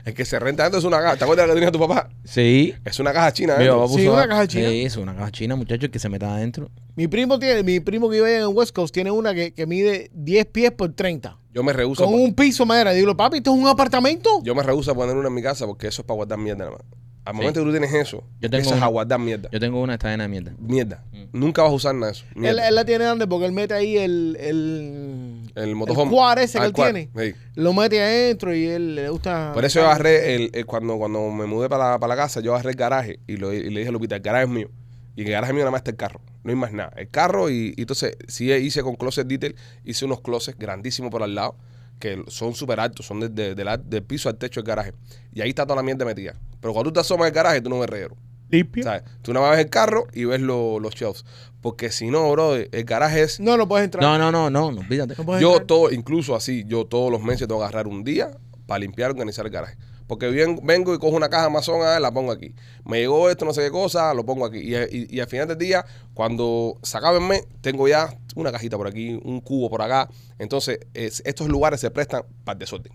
A: el que se renta adentro es una caja. ¿Te acuerdas que tenía tu papá?
B: Sí.
A: Es una caja china
B: Mi
A: adentro.
B: papá
C: Sí,
B: puso-
C: una caja china.
B: Sí, es una caja china, muchachos, que se meta adentro.
C: Mi primo tiene, mi primo que vive allá en West Coast tiene una que, que mide 10 pies por 30.
A: Yo me rehuso.
C: Con
A: pa-
C: un piso de madera. Digo, papi, ¿esto es un apartamento?
A: Yo me rehuso a poner una en mi casa porque eso es para guardar mierda nada más. Al momento que tú tienes eso,
B: Yo tengo
A: eso es a
B: una.
A: guardar mierda.
B: Yo Mm. tengo una esta llena de mierda.
A: Mierda. Nunca vas a usar nada de eso.
C: él,
A: Mierda.
C: él la tiene grande porque él mete ahí el... el
A: el motorhome.
C: el quad ese que
A: Ah, el
C: él
A: quad.
C: tiene.
A: Sí.
C: Lo mete adentro y él le gusta...
A: Por eso yo agarré, el, el- cuando, cuando me mudé para la, para la casa, yo agarré el garaje y, lo- y le dije a Lupita, el garaje es mío. Y en el garaje mío nada más está el carro. No hay más nada. El carro y, y entonces sí hice con closet detail, hice unos closets grandísimos por al lado que son súper altos, son desde del al- del piso al techo del garaje. Y ahí está toda la mierda metida. Pero cuando tú te asomas al garaje, tú no ves reguero.
C: limpio.
A: ¿Sabes? Tú nada más ves el carro y ves lo- los shelves. Porque si no, bro, el garaje es.
C: No, no puedes entrar.
B: No, no, no, no, no, olvídate.
C: No puedes
A: Yo
C: entrar.
A: todo, incluso así, yo todos los meses tengo que agarrar un día para limpiar, organizar el garaje. Porque bien, vengo y cojo una caja Amazon, ah, la pongo aquí. Me llegó esto, no sé qué cosa, lo pongo aquí. Y, y- y al final del día, cuando se acabe el mes, tengo ya una cajita por aquí, un cubo por acá. Entonces, es- estos lugares se prestan para el desorden.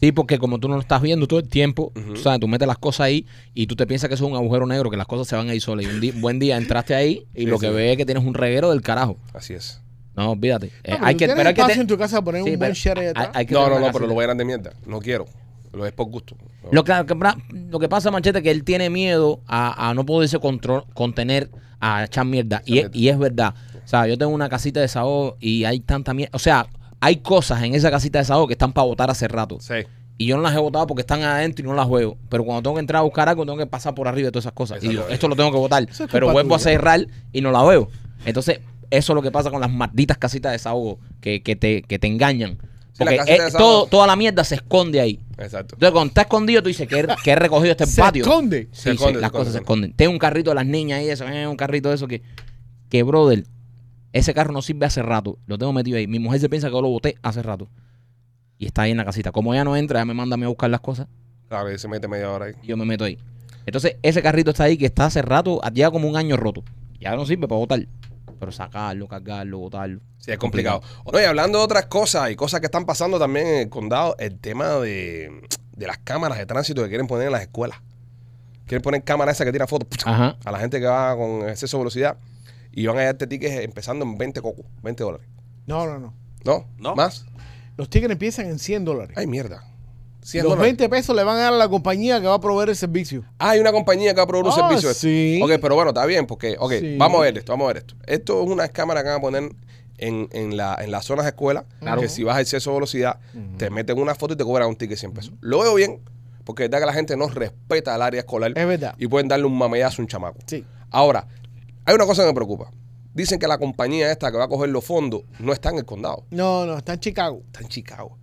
B: Sí, porque como tú no lo estás viendo todo el tiempo,
A: Ujú.
B: tú sabes, tú metes las cosas ahí y tú te piensas que eso es un agujero negro, que las cosas se van a ir solas. Y un di- buen día entraste ahí y
A: Sí,
B: lo
A: sí.
B: que ves es que tienes un reguero del carajo.
A: Así es.
B: No, olvídate. Eh,
C: No, pero
B: hay
C: tú
B: que,
C: tienes
B: pero hay que
C: espacio
B: te-
C: en tu casa para poner
B: Sí,
C: un
B: pero
C: buen share ahí
B: hay-
C: atrás.
B: hay que
A: No,
B: tener
A: no,
B: una
A: no, pero
B: casita.
A: lo voy a de mierda. No quiero. Lo es por gusto. No.
B: Lo que, lo que pasa, Manchete, que él tiene miedo a, a no poderse contro- contener, a echar mierda. Y es, y es verdad. O sea, yo tengo una casita de desahogo y hay tanta mierda. O sea, hay cosas en esa casita de desahogo que están para botar hace rato.
A: Sí.
B: Y yo no las he votado porque están adentro y no las juego. Pero cuando tengo que entrar a buscar algo, tengo que pasar por arriba de todas esas cosas. Y digo, esto lo tengo que votar.
C: Eso es
B: Pero
C: culpa
B: vuelvo a
C: tuya.
B: cerrar y no la veo. Entonces, eso es lo que pasa con las malditas casitas de desahogo que, que te, que te engañan.
A: Sí, la
B: Porque
A: casita de
B: eh,
A: desahogo-
B: todo- toda la mierda se esconde ahí.
A: Exacto.
B: Entonces, cuando está escondido, tú dices que, he- que he recogido este
C: Se
B: patio.
C: esconde.
B: Sí,
A: Se
B: sí,
A: esconde, se
B: las
A: esconde,
B: cosas
A: se
B: se esconden. Tengo un carrito de las niñas y eso, eh, un carrito de eso que, que, brother, ese carro no sirve hace rato. Lo tengo metido ahí. Mi mujer se piensa que yo lo boté hace rato. Y está ahí en la casita. Como ella no entra, ella me manda a mí a buscar las cosas
A: Claro, y se mete media hora ahí.
B: y yo me meto ahí. Entonces, ese carrito está ahí que está hace rato, ah, lleva como un año roto. Ya no sirve para botar. Pero sacarlo, cargarlo, botarlo.
A: Sí, es complicado. Oye, hablando de otras cosas y cosas que están pasando también en el condado, el tema de, de las cámaras de tránsito que quieren poner en las escuelas. Quieren poner cámaras esas que tiran fotos ¡pucha!
B: Ajá.
A: a la gente que va con exceso de velocidad y van a darte tickets empezando en 20 cocos, 20 dólares.
C: No, no, no.
A: ¿No?
D: No.
A: ¿Más?
C: Los tickets empiezan en 100 dólares.
A: Ay, mierda. 100
C: Los
A: dólares.
C: 20 pesos le van a dar a la compañía que va a proveer el servicio.
A: Ah, hay una compañía que va a proveer un
C: Ah,
A: servicio. de-
C: sí.
A: Ok, pero bueno, está bien, porque, ok,
C: Sí.
A: vamos a ver esto, vamos a ver esto. Esto es una cámara que van a poner en, en, la, en las zonas de escuela,
B: Claro.
A: que si vas a exceso de velocidad, te meten una foto y te cobran un ticket de 100 pesos. Lo veo bien, porque es verdad que la gente no respeta el área escolar
C: Es verdad.
A: y pueden darle un mamellazo a un chamaco.
C: Sí.
A: Ahora, hay una cosa que me preocupa. Dicen que la compañía esta que va a coger los fondos no está en el condado,
C: No, no, está en Chicago.
A: está en Chicago.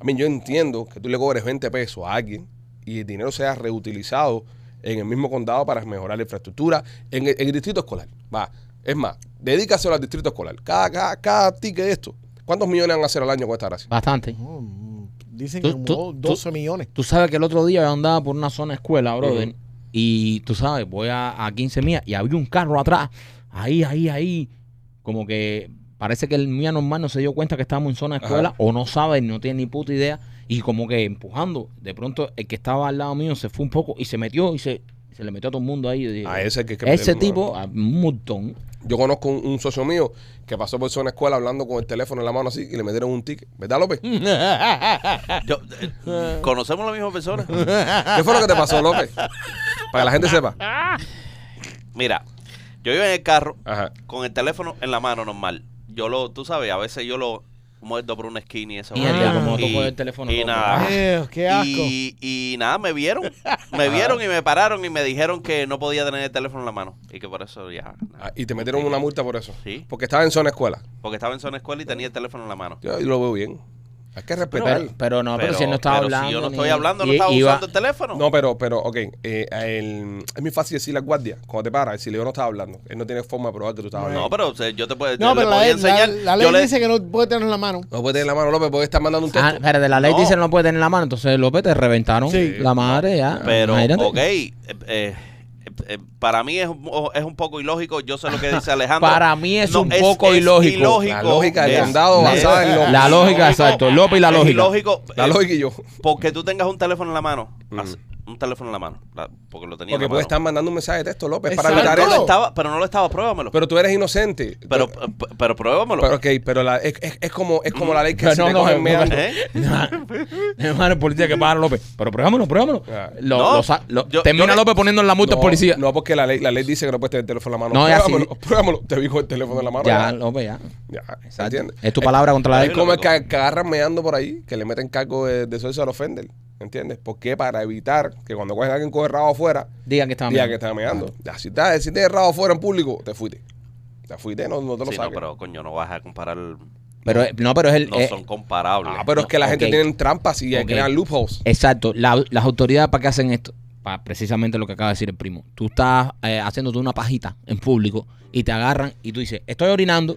A: A mí yo entiendo que tú le cobres 20 pesos a alguien y el dinero sea reutilizado en el mismo condado para mejorar la infraestructura en el, en el distrito escolar. Va, es más, dedícaselo al distrito escolar. Cada, cada, cada ticket de esto. ¿Cuántos millones van a hacer al año con esta gracia?
B: Bastante.
C: Oh, mm, dicen
B: Tú-
C: que como
B: tú-
C: do-
B: tú-
C: 12 millones.
B: Tú sabes que el otro día yo andaba por una zona escuela, brother.
A: Ujú.
B: Y tú sabes, voy a, a 15 millas y había un carro atrás. Ahí, ahí, ahí. Como que parece que el mía normal no se dio cuenta que estábamos en zona de escuela
A: Ajá.
B: o no sabe, no tiene ni puta idea. Y como que empujando. De pronto el que estaba al lado mío se fue un poco y se metió y se, se le metió a todo el mundo ahí. Yo dije,
A: A ese que- que-
B: ese
A: no,
B: tipo, a un montón.
A: Yo conozco un, un socio mío que pasó por una escuela hablando con el teléfono en la mano así y le metieron un ticket. ¿Verdad, López?
B: Ah.
D: Yo- eh, ¿Conocemos la misma persona?
A: ¿Qué fue lo que te pasó, López? Para que la gente sepa.
D: Mira, yo iba en el carro
A: Ajá.
D: con el teléfono en la mano normal. Yo lo, tú sabes, a veces yo lo muerdo por una esquina y eso.
B: Mierda,
A: Ah.
D: vaina.
B: como
D: Y-
B: tocó el teléfono,
D: Y
B: loco.
D: nada.
C: Dios, Eh, qué asco.
D: Ah.
C: Ah.
D: Y, y nada, me vieron. Me vieron y me pararon y me dijeron que no podía tener el teléfono en la mano. Y que por eso ya. nada.
A: Ah, Y te metieron una multa por eso.
D: Sí.
A: Porque estaba en zona escuela.
D: Porque estaba en zona escuela y tenía el teléfono en la mano.
A: Yo lo veo bien. Hay que respetar.
B: Pero, pero no, pero,
D: Pero-
B: si él no estaba
D: pero
B: hablando.
D: Si yo no
B: ni-
D: estoy hablando, no
B: y-
D: estaba
B: iba-
D: usando el teléfono.
A: no, pero, pero, ok. eh, a él- es muy fácil decirle al guardia cuando te para, decirle yo no estaba hablando. Él no tiene forma de probar que tú estabas
D: No,
A: hablando.
D: pero o sea, yo te puedo
C: No,
D: yo le
C: pero la,
D: podía
C: ley- la-
D: enseñar.
C: la ley
D: yo le-
C: dice que no puede tener en la mano.
A: No puede tener la mano, López, porque está mandando un texto.
B: Ah, espérate, la ley
D: No.
B: dice que no puede tener en la mano, entonces López te reventaron
C: Sí.
B: la madre ya.
D: Pero,
B: Imagínate.
D: ok, eh, eh, eh, para mí es, un- es un poco ilógico. Yo sé lo que dice Alejandro.
B: Para mí es un poco ilógico.
A: La lógica del
D: Es-
A: condado
D: es-
A: basada en lo-
B: La lógica, exacto. López y la
D: es
B: lógica.
D: ilógico,
A: la
D: eh,
A: lógica y yo.
D: Porque tú tengas un teléfono en la mano.
A: Mm.
D: así, Un teléfono en la mano. la- porque lo
A: Porque
D: tenía en la mano.
A: puede estar mandando un mensaje de texto, López, para
C: Exacto.
A: evitar
D: pero, no lo
A: eso.
D: estaba, pero no lo estaba, pruébamelo. Pero,
A: Pero tú eres inocente.
D: pero, eh, pero pruébamelo.
A: Pero,
D: ¿Eh?
A: ok, pero la, es, es- es como, es como la ley que
B: Pero
A: si
B: no,
A: te
B: no,
A: cogen
B: no,
A: meando-
D: ¿Eh?
B: Hermano, el policía que paga a López. Pero pruébamelo, pruébamelo.
A: Ah.
B: Lo-
D: No,
B: lo sa- lo-
D: yo-
B: termina
D: yo le-
B: López poniendo en la multa al
A: no,
B: policía.
A: No, porque la ley, la ley dice que no puedes tener el teléfono en la mano.
B: No, es así.
A: pruébamelo, pruébamelo. Te dijo el teléfono en la mano.
B: ya, López, ya.
A: Ya,
B: Exacto.
A: ¿entiendes?
B: Es tu palabra contra la
A: Es
D: Eh,
B: ley.
A: como el que, que agarran meando por ahí, que le meten cargo de, de social offender. ¿Entiendes? ¿Por qué? Para evitar que cuando cogen a alguien con errado afuera,
B: Digan que estaba
A: diga
B: mirando.
A: que está meando. Ya, si, estás, si tienes errado afuera en público, te fuiste. Te fuiste, no, no te lo
D: Sí, no,
A: saques.
D: pero coño, no vas a comparar. No
B: Pero eh, no, pero es el. eh,
D: son comparables.
A: Ah, pero es que la
B: No,
A: gente
B: ok.
A: tiene trampas y
B: Ok.
A: crean loopholes.
B: Exacto. La- las autoridades, ¿para qué hacen esto? Para precisamente lo que acaba de decir el primo. Tú estás eh, haciéndote una pajita en público y te agarran y tú dices, estoy orinando.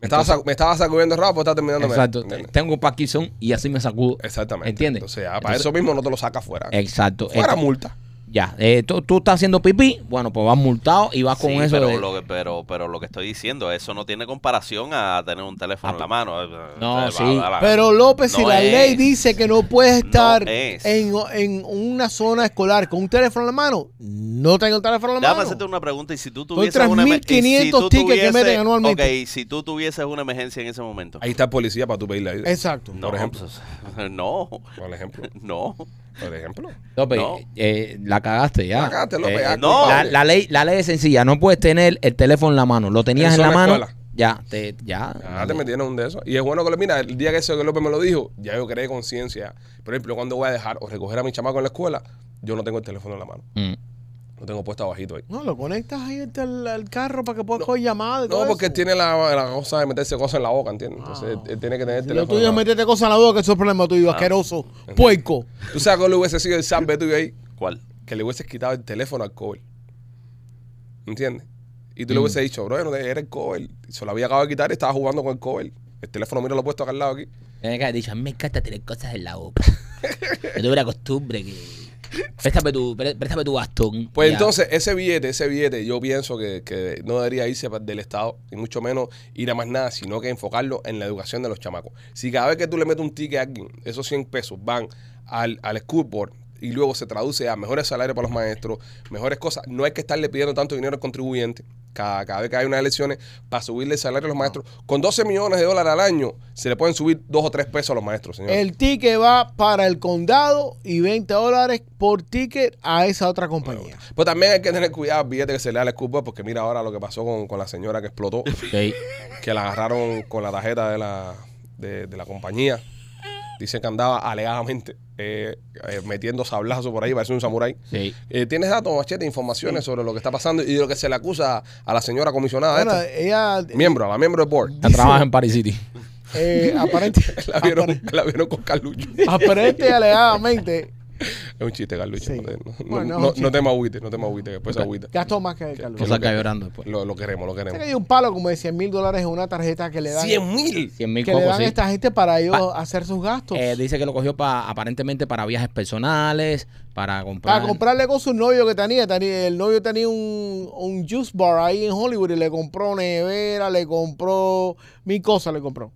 A: me, estaba sacu- me estaba sacudiendo el rabo, pues estaba terminando de mear,
B: Exacto.
A: ¿entiendes?
B: Tengo Parkinson y así me sacudo.
A: Exactamente.
B: ¿Entiendes?
A: Entonces, ah, para
B: Entonces- Eh,
A: eso mismo no te lo sacas fuera.
B: Exacto.
A: Fuera
B: Esto-
A: multa.
B: Ya, eh, tú, tú estás haciendo pipí, bueno, pues vas multado y vas con
D: Sí,
B: eso
D: pero,
B: de...
D: lo que, pero, pero lo que estoy diciendo, eso no tiene comparación a tener un teléfono
B: Ah,
D: en la mano.
B: no,
D: Eh,
B: sí.
D: va, va, va.
C: Pero López, si
D: No
C: la
D: es.
C: ley dice que no puede estar
D: es.
C: en, en una zona escolar con un teléfono en la mano, no tengo el teléfono en la
D: Déjame
C: mano.
D: hacerte una pregunta. Y si tú
C: Doy
D: tuvieses una emer- y
C: 3.500
D: tú
C: tickets que meten
D: tuvieses-
C: anualmente.
D: Ok, y si tú tuvieses una emergencia en ese momento.
A: Ahí está el policía para tu pedirle ayuda.
C: Exacto.
D: no,
A: por ejemplo.
D: pues, no,
A: Por ejemplo.
D: no.
A: Por ejemplo.
B: López,
D: No.
B: eh, la cagaste ya. Eh,
A: La cagaste, López, ya,
D: eh, no.
B: la, la ley, la ley es sencilla, no puedes tener el teléfono en la mano, lo tenías en
A: Eso
B: la
A: es
B: mano,
A: escuela.
B: ya, te, ya.
A: Ah, te metieron un de esos. Y es bueno que lo mira, el día que eso que López me lo dijo, ya yo creé conciencia. Por ejemplo, cuando voy a dejar o recoger a mi chamaco en la escuela, yo no tengo el teléfono en la mano.
B: Mm.
A: Lo tengo puesto abajito ahí.
C: No, lo conectas ahí al, tel- al carro para que puedas coger llamadas. y todo
A: No, porque
C: eso. Ah.
A: él tiene la, la cosa de meterse cosas en la boca, ¿entiendes? Entonces, él, él tiene que tener el
C: Si lo
A: teléfono. Ah,
C: tuyo es
A: en la mano.
C: meterte cosas en la boca, eso es problema tuyo, asqueroso, puerco.
A: Tú sabes cuál hubiese sido el sambe tuyo ahí,
D: ¿Cuál?
A: que le hubieses quitado el teléfono al cover. ¿Entiendes? Y
C: Mm.
A: tú le hubieses dicho, bro, yo no te- era el cover. Se lo había acabado de quitar y estaba jugando con el cover. El teléfono, mira, lo he puesto acá al lado aquí.
B: Tienes que haber dicho, a mí me encanta tener cosas en la boca. Yo tuve la costumbre que... Préstame tu, pré- préstame tu bastón.
A: Pues
B: ya.
A: entonces, ese billete, ese billete, yo pienso que, que no debería irse pa- del Estado, y mucho menos ir a más nada, sino que enfocarlo en la educación de los chamacos. Si cada vez que tú le metes un ticket a alguien, esos 100 pesos van al, al school board y luego se traduce a mejores salarios para los maestros, mejores cosas, no hay que estarle pidiendo tanto dinero al contribuyente cada, cada vez que hay unas elecciones para subirle el salario a los maestros. Con 12 millones de dólares al año, se le pueden subir 2 o 3 pesos a los maestros, señor.
C: El ticket va para el condado y 20 dólares por ticket a esa otra compañía.
A: Pero Pues también hay que tener cuidado al billete que se le da al school board, porque mira ahora lo que pasó con, con la señora que explotó.
B: Ok.
A: que la agarraron con la tarjeta de la, de, de la compañía. Dice que andaba alegadamente eh, eh, metiendo sablazo por ahí, parece un samurái.
B: Sí.
A: Eh, ¿Tienes datos, Machete, informaciones sobre lo que está pasando y de lo que se le acusa a la señora comisionada?
C: Bueno, eh,
A: esta?
C: ella
A: Miembro, a la miembro del board.
B: Ya trabaja en Paris City.
C: eh, aparente,
A: La vieron,
C: apare-
A: la vieron con Carlucho.
C: aparente y alegadamente
A: Es un chiste, Carlucho.
C: Sí.
A: No, te- no-
C: Bueno,
A: no-
C: es un
A: no-
C: chiste.
A: no te me agüites, no te me agüites, que después se agüita.
C: gastó más que Carlos.
B: No
A: lo
B: salga
A: que-
B: llorando después.
A: Lo, lo queremos, lo
C: Sé que
A: queremos.
C: hay un palo como de 100 mil dólares en una tarjeta que le dan,
A: ¡Cien mil! Ah.
B: 100 mil
C: que le
B: cocos,
C: dan
B: sí.
C: a esta gente para ellos hacer sus gastos.
B: Eh, dice que lo cogió para aparentemente para viajes personales, para comprar.
A: Pues,
C: para comprarle con su novio que tenía, tenía- el novio tenía un, un juice bar ahí en Hollywood y le compró nevera, le compró mil cosas, le compró.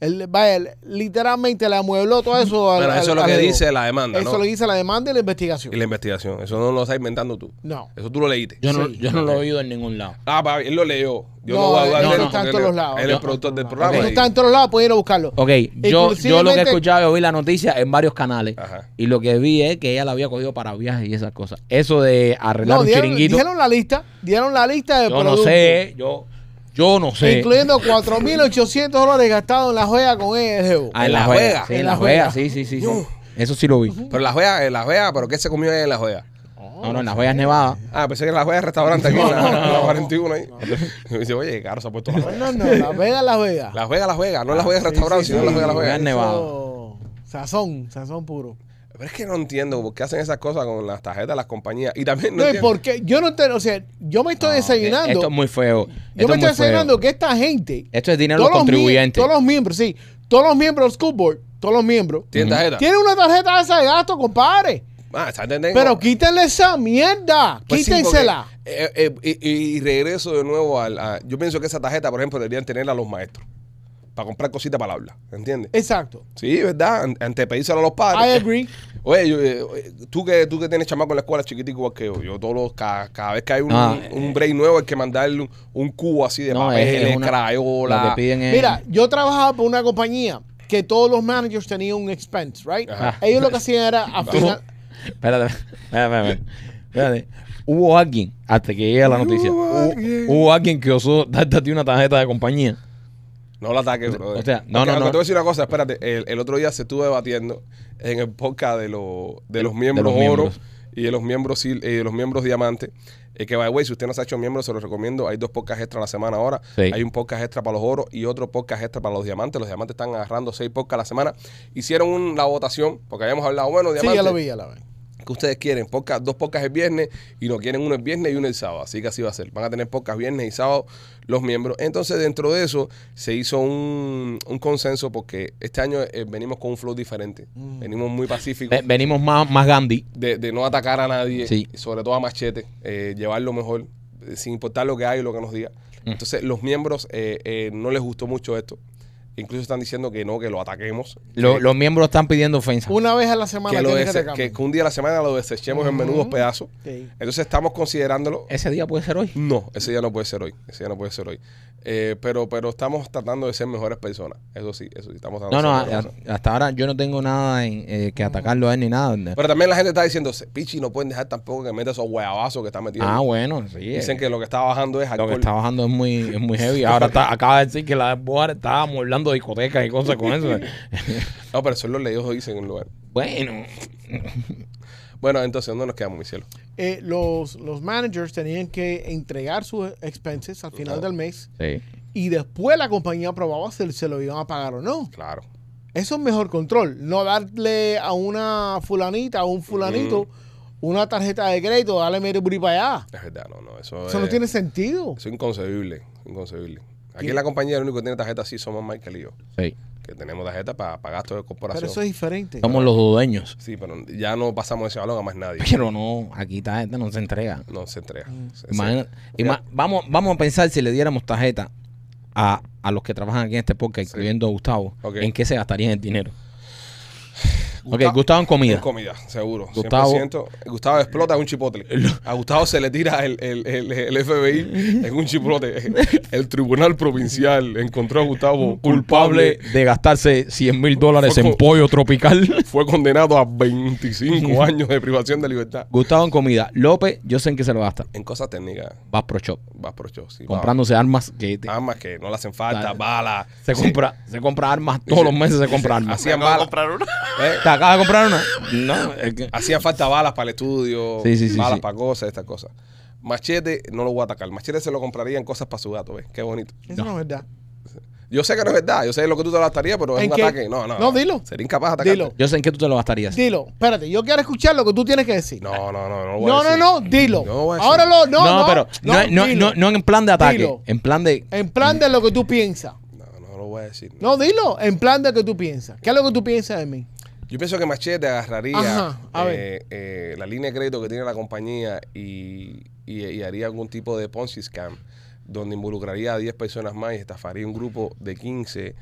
C: Él, vaya, él literalmente le amuebló todo eso. al-
A: Bueno,
C: al-
A: eso es lo
C: al
A: que
C: ego.
A: dice la demanda,
C: Eso
A: ¿no?
C: lo dice la demanda y
A: Y
C: la investigación.
A: la investigación. Eso no lo estás inventando tú.
C: No.
A: Eso tú lo leíste.
B: yo, no,
C: sí.
B: yo no lo he oído en ningún lado.
A: Ah, pa, él lo leyó. Yo
C: No,
A: no, voy a dudar
B: no,
A: de él porque
B: no.
C: Está en
A: él-
C: todos lados.
A: Él es
B: No.
A: el productor del programa.
C: Eso
A: y-
C: está en todos lados, pueden ir a buscarlo.
B: Ok, yo, yo lo que he
C: Inclusivamente-
B: escuchado, yo vi la noticia en varios canales
A: Ajá.
B: y lo que vi es que ella la había cogido para viajes y esas cosas. Eso de arreglar
C: No,
B: un
C: dieron,
B: chiringuito,
C: dieron la lista, dieron la lista de
B: yo no
C: productos.
B: sé, yo, yo no sé.
C: Incluyendo 4.800 dólares gastados en la joya con el jevo.
B: Ah, en la juega, sí, en la juega,
C: juega.
B: sí, sí, sí, sí. Eso sí lo vi.
A: Pero la juega, en la juega, pero ¿qué se comió ahí en la juega?
B: No, no, en la juega es nevada.
A: Ah, pensé que en la juega es restaurante aquí, en la, en la 41 ahí. Y dice, oye, caro se ha puesto la juega.
C: Pues No, no, la vega, la vega.
A: La juega, la juega, no la juega es restaurante,
C: Ah, sí,
A: sino
C: sí.
A: la juega, la
B: Juega en
A: juega.
B: Nevada.
C: Eso- Sazón, sazón puro.
A: Pero es que no entiendo por qué hacen esas cosas con las tarjetas de las compañías. Y también no,
C: No, y
A: entiendo.
C: porque yo no entiendo, o sea, yo me estoy desayunando.
B: Esto es muy feo.
C: yo
B: Esto
C: me
B: es muy
C: estoy
B: feo.
C: desayunando que esta gente,
B: Esto es dinero de los
C: los mie-
B: contribuyentes.
C: todos los miembros, sí, todos los miembros del school board, todos los miembros,
A: ¿Tienen tarjeta?
C: tienen una tarjeta de esa de gasto, compadre.
A: Ah, está entendiendo.
C: Pero quítenle esa mierda,
A: Pues sí,
C: quítensela.
A: porque, eh, eh, y, y- y regreso de nuevo al. a- yo pienso que esa tarjeta, por ejemplo, deberían tenerla los maestros. Para comprar cositas para el habla. ¿Entiendes?
C: Exacto.
A: Sí, ¿verdad? An- Ante pedírselo a los
C: I
A: padres.
C: agree.
A: Oye, yo, eh, oye, tú, que, tú que tienes chamaco en la escuela chiquitico igual que yo. Yo todos los, cada, cada vez que hay un,
B: Ah,
A: un break nuevo hay que mandarle un, un cubo así de
B: No, es-
A: papel,
B: es una-
A: crayola.
B: Lo que piden es.
C: Mira, yo trabajaba por una compañía que todos los managers tenían un expense, right?
A: Ajá.
C: Ellos lo que hacían era a
B: Tú-
C: final-
B: espérate, espérate, espérate. Espérate. Hubo alguien, hasta que llega la noticia, hubo, hubo alguien que osó darte a ti una tarjeta de compañía.
A: No la ataques, brother.
B: O sea, no,
A: Aunque-
B: no,
A: aunque
B: no.
A: Te voy a decir una cosa, espérate. El, el otro día se estuvo debatiendo en el podcast de, los de los miembros oro
B: miembros.
A: y de los miembros sil- eh, de los miembros diamante. Eh, que, by the way, si usted no se ha hecho miembro, se lo recomiendo. Hay dos podcasts extra a la semana ahora.
B: Sí.
A: Hay un podcast extra para los oros y otro podcast extra para los diamantes. Los diamantes están agarrando seis podcasts a la semana. Hicieron un- la votación, porque habíamos hablado, bueno,
C: Sí,
A: diamantes.
C: ya lo vi, ya lo vi.
A: que ustedes quieren, podcast, dos podcasts el viernes y no quieren uno el viernes y uno el sábado. Así que así va a ser. Van a tener podcast viernes y sábado los miembros. Entonces, dentro de eso, se hizo un, un consenso porque este año eh, venimos con un flow diferente.
C: Mm.
A: Venimos muy pacíficos.
B: Ve- venimos más, más Gandhi.
A: De, de no atacar a nadie,
B: Sí.
A: sobre todo a Machete, eh, llevarlo mejor, eh, sin importar lo que hay y lo que nos diga.
B: Mm.
A: Entonces, los miembros eh, eh, no les gustó mucho esto. Incluso están diciendo que no, que lo ataquemos.
B: Lo-
A: que-
B: los miembros están pidiendo ofensa.
C: Una vez a la semana
A: que, lo
C: tiene que
A: dese-
C: te
A: que,
C: cambien.
A: que un día a la semana lo desechemos en menudos pedazos.
C: Sí.
A: Entonces estamos considerándolo.
B: Ese día puede ser hoy.
A: No, ese ya no puede ser hoy. Ese ya no puede ser hoy. Eh, pero, pero estamos tratando de ser mejores personas. Eso sí, eso sí. Estamos tratando
B: No,
A: de ser
B: no, a-
A: mejores personas.
B: a- hasta ahora yo no tengo nada en, eh, que atacarlo a él ni nada.
A: Pero también la gente está diciendo, Pichi, no pueden dejar tampoco que meta esos huevazos que está metiendo.
B: Ah, bueno, sí. eh,
A: Dicen que lo que está bajando es
B: lo
A: alcohol.
B: que está bajando es muy, es muy heavy. Ahora está- acaba de decir que la Boar estaba hablando de discotecas y cosas con eso.
A: No, pero eso es lo leídos dicen en el lugar.
B: bueno,
A: Bueno, entonces, ¿dónde nos quedamos, mi cielo?
C: Eh, los, los managers tenían que entregar sus expenses al final del mes
B: sí.
C: y después la compañía aprobaba si se lo iban a pagar o no.
A: Claro.
C: Eso es mejor control. No darle a una fulanita, a un fulanito, una tarjeta de crédito, darle medio buri para allá.
A: Es verdad, no, no. Eso,
C: Eso no
A: es-
C: tiene sentido.
A: Eh, Eso es inconcebible. Inconcebible. Aquí en la compañía, el único que tiene tarjeta así somos Michael y yo.
B: sí.
A: Que tenemos tarjeta para, para gastos de corporación.
C: Pero eso es diferente.
B: Somos los dueños.
A: Sí, pero ya no pasamos ese balón a más nadie.
B: Pero no, aquí esta gente no se entrega.
A: No se entrega. Se- se-
B: Imagina- ima- vamos, vamos a pensar si le diéramos tarjeta a, a los que trabajan aquí en este podcast, incluyendo a Gustavo,
A: Ok.
B: en qué se gastarían el dinero. Ok, Gustavo en comida.
A: En comida, seguro.
B: Gustavo-
A: 100%. Gustavo explota un chipotle. A Gustavo se le tira el, el- el- el FBI en un chipotle. El tribunal provincial encontró a Gustavo culpable.
B: de gastarse 100 mil dólares en
A: Ojo.
B: pollo tropical.
A: Fue condenado a 25 años de privación de libertad.
B: Gustavo en comida. López, yo sé en qué se lo gasta.
A: En cosas técnicas,
B: Vas Pro Shop.
A: vas pro show, sí,
B: Comprándose armas que te-
A: va. Armas que no le hacen falta,
B: Dale.
A: balas.
B: se, compra, se compra armas todos los meses, se compra armas.
A: Hacían
D: Acabo de
A: balas.
D: comprar una.
A: ¿eh?
B: ¿Te acabas de comprar una? No, es que-
A: Hacían falta balas para el estudio,
B: Sí, sí, sí,
A: balas
B: sí.
A: para cosas, estas cosas. Machete no lo voy a atacar. Machete se lo compraría en cosas para su gato, ¿ves? Qué bonito.
C: Eso no, es verdad.
A: Yo sé que no es verdad, yo sé lo que tú te gastarías, pero es
C: ¿En
A: un
C: qué?
A: ataque. No, no.
C: No, dilo.
A: Sería incapaz de atacarte.
C: Dilo.
B: Yo sé en qué tú te lo gastarías.
C: Dilo, espérate, yo quiero escuchar lo que tú tienes que decir.
A: No, no, no, no lo voy a
C: no, no,
A: decir.
C: no, dilo.
A: No lo voy a decir.
C: Ahora lo, no,
B: No,
C: no,
B: pero no, no,
C: dilo.
B: no, no en plan de ataque,
C: Dilo.
B: en plan de...
C: En plan de lo que tú piensas.
A: No, no lo voy a decir.
C: No, dilo, en plan de lo que tú piensas. ¿Qué es lo que tú piensas de mí?
A: Yo pienso que Machete agarraría
C: Ajá, a ver.
A: eh, eh, la línea de crédito que tiene la compañía y, y- y haría algún tipo de Ponzi scam donde involucraría a 10 personas más y estafaría un grupo de 15.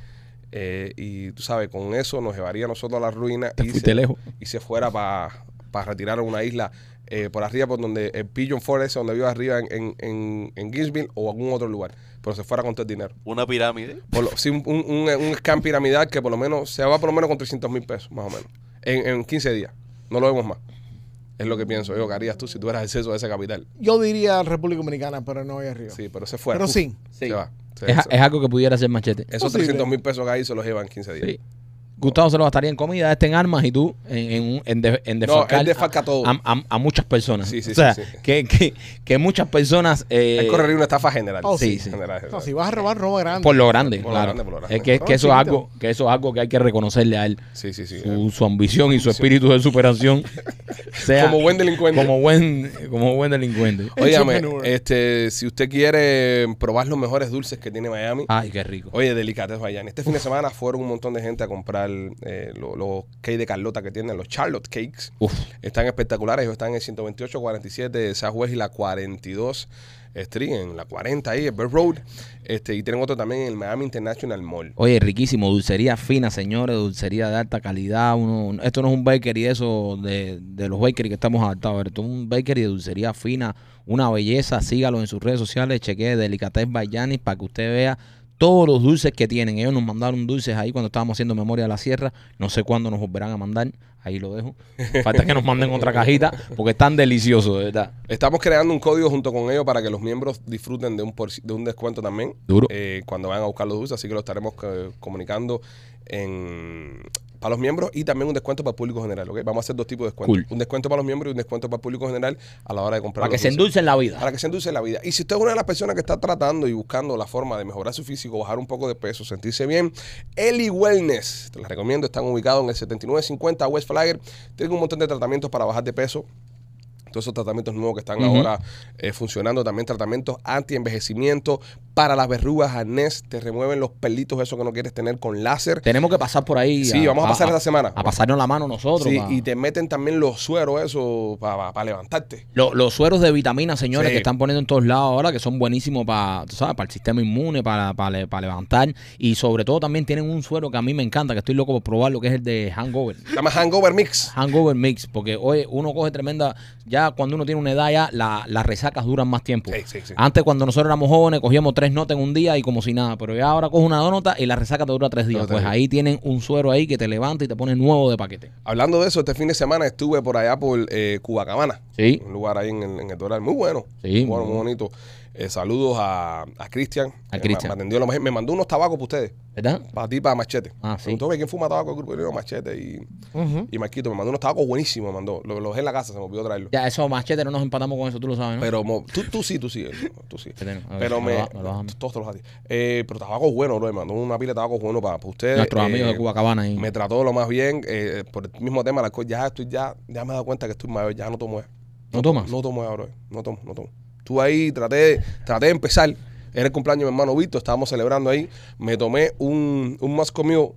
A: eh, y tú sabes, con eso nos llevaría a nosotros a la ruina
B: Te
A: y,
B: fuiste
A: se,
B: lejos.
A: y se fuera para retirar a una isla eh, por arriba, por donde el Pigeon Forest, donde vive arriba en, en, en, en Gainesville o algún otro lugar. Pero se fuera con todo el dinero.
D: Una pirámide.
A: Por lo- sí, un, un, un- un scam piramidal que por lo menos se va por lo menos con 300 mil pesos, más o menos. En, en 15 días. No lo vemos más. Es lo que pienso yo que harías tú si tuvieras acceso a esa capital.
C: Yo diría República Dominicana, pero no voy arriba.
A: Sí, pero se fue.
C: Pero
A: Uf,
C: sí.
A: Se va. Se-
B: Es,
A: se-
B: es algo que pudiera ser machete.
A: esos
C: posible.
A: 300 mil pesos que ahí se los llevan en 15 días.
B: Sí. Gustavo se lo gastaría en comida, este en armas y tú en, en, un- en, de- en defalcar
A: él defalca
B: a,
A: todo.
B: a- a- a muchas personas.
A: Sí, sí,
B: o sea,
A: sí, sí.
B: Que, que, que muchas personas... eh,
A: Él correría una estafa general.
C: Oh, sí.
A: sí. General, general.
C: No, si vas a robar, roba grande.
B: por lo grande,
A: Por lo
B: claro.
A: grande, por lo grande.
B: Es que,
C: No,
B: que eso es
C: chiquito.
B: algo, que eso es algo que hay que reconocerle a él.
A: Sí, sí, sí.
B: Su, su ambición y su espíritu de superación. sea-
A: Como buen delincuente.
B: Como buen, como buen delincuente.
A: Óigame,
C: Entrepreneur.
A: este, si usted quiere probar los mejores dulces que tiene Miami,
B: Ay, qué rico.
A: Oye, delicates Miami. Este fin de semana fueron un montón de gente a comprar eh, lo- los, cakes de Carlota que tienen, los Charlotte Cakes.
B: Uf.
A: Están espectaculares. Ellos están en el 128, 47 de Southwest y la 42 Street, en la 40 ahí, en Bird Road. Este, y tienen otro también en el Miami International Mall.
B: Oye, riquísimo, dulcería fina, señores, dulcería de alta calidad. Uno, esto no es un bakery eso de, de los bakery que estamos adaptados. Esto es un bakery de dulcería fina, una belleza. Sígalo en sus redes sociales, chequee Delicatez Bayanis para que usted vea todos los dulces que tienen. Ellos nos mandaron dulces ahí cuando estábamos haciendo Memoria de la Sierra. No sé cuándo nos volverán a mandar. Ahí lo dejo. Falta que nos manden otra cajita porque están deliciosos, de verdad.
A: Estamos creando un código junto con ellos para que los miembros disfruten de un, por- de un descuento también.
B: Duro.
A: eh, cuando van a buscar los dulces, así que lo estaremos eh, comunicando en, para los miembros y también un descuento para el público general. ¿ok? Vamos a hacer dos tipos de descuentos.
B: Cool.
A: Un descuento para los miembros y un descuento para el público general a la hora de comprar
B: Para que
A: los
B: se
A: dulces.
B: endulcen la vida.
A: Para que se endulce la vida. Y si usted es una de las personas que está tratando y buscando la forma de mejorar su físico, bajar un poco de peso, sentirse bien, Eli Wellness, te la recomiendo, están ubicados en el 7950 West Flagger. Tienen un montón de tratamientos para bajar de peso. Todos esos tratamientos nuevos que están
B: Ujú.
A: ahora eh, funcionando, también tratamientos anti-envejecimiento para las verrugas, arnés, te remueven los pelitos, eso que no quieres tener con láser.
B: Tenemos que pasar por ahí.
A: Sí, vamos a pasar esta semana.
B: A pasarnos la mano nosotros.
A: Sí,
B: pa-
A: y te meten también los sueros, eso, para levantarte.
B: Lo- los sueros de vitamina, señores,
A: Sí.
B: que están poniendo en todos lados ahora, que son buenísimos para, sabes, para el sistema inmune, para, para, le- para levantar. Y sobre todo también tienen un suero que a mí me encanta, que estoy loco por probarlo, que es el de hangover.
A: Se llama Hangover Mix.
B: Hangover Mix, porque oye, uno coge tremenda, ya cuando uno tiene una edad ya, la- las resacas duran más tiempo.
A: Sí, sí, sí.
B: Antes cuando nosotros éramos jóvenes cogíamos tres notas en un día y como si nada, pero ya ahora coge una nota y la resaca te dura tres días.
A: Dura tres
B: pues
A: días.
B: ahí tienen un suero ahí que te levanta y te pone nuevo de paquete.
A: Hablando de eso, este fin de semana estuve por allá por eh, Cubacabana.
B: Sí.
A: Un lugar ahí en, el- en el Doral. Muy bueno.
B: Sí,
A: Muy bueno,
B: muy
A: muy bonito. Eh, saludos a, a Cristian.
B: A
A: que
B: Cristian.
A: Me, me atendió la mujer. Me mandó unos tabacos para ustedes.
B: ¿Verdad?
A: Para ti, para Machete.
B: Ah, sí.
A: Preguntó, "Ve, ¿quién fuma tabaco? del grupo?" Y yo, Machete y,
C: Ujú.
A: y Marquito. Me mandó unos tabacos buenísimos. Me mandó. Lo- Los dejé en la casa, se me olvidó traerlos.
B: Ya, eso machete no nos empatamos con eso, tú lo sabes, ¿no?
A: Pero mo- tú, tú sí, tú sí. eh, Tú sí.
B: Te tengo. A ver,
A: Pero
B: me
A: me.
B: lo- me lo bajan.
A: todos te los a ti. Eh, pero tabacos buenos, bro. Me mandó una pila de tabacos buenos para, para ustedes.
B: Nuestros amigos de
A: Eh,
B: Cubacabana ahí.
A: Me trató lo más bien eh, por el mismo tema, la cosa. Ya estoy, ya, ya me he dado cuenta que estoy mayor, ya no tomo eso.
B: ¿No tomas?
A: No tomo eso, bro. No tomo, no tomo. Estuve ahí, traté, traté de empezar. Era el cumpleaños de mi hermano Víctor, estábamos celebrando ahí. Me tomé un, un más comido,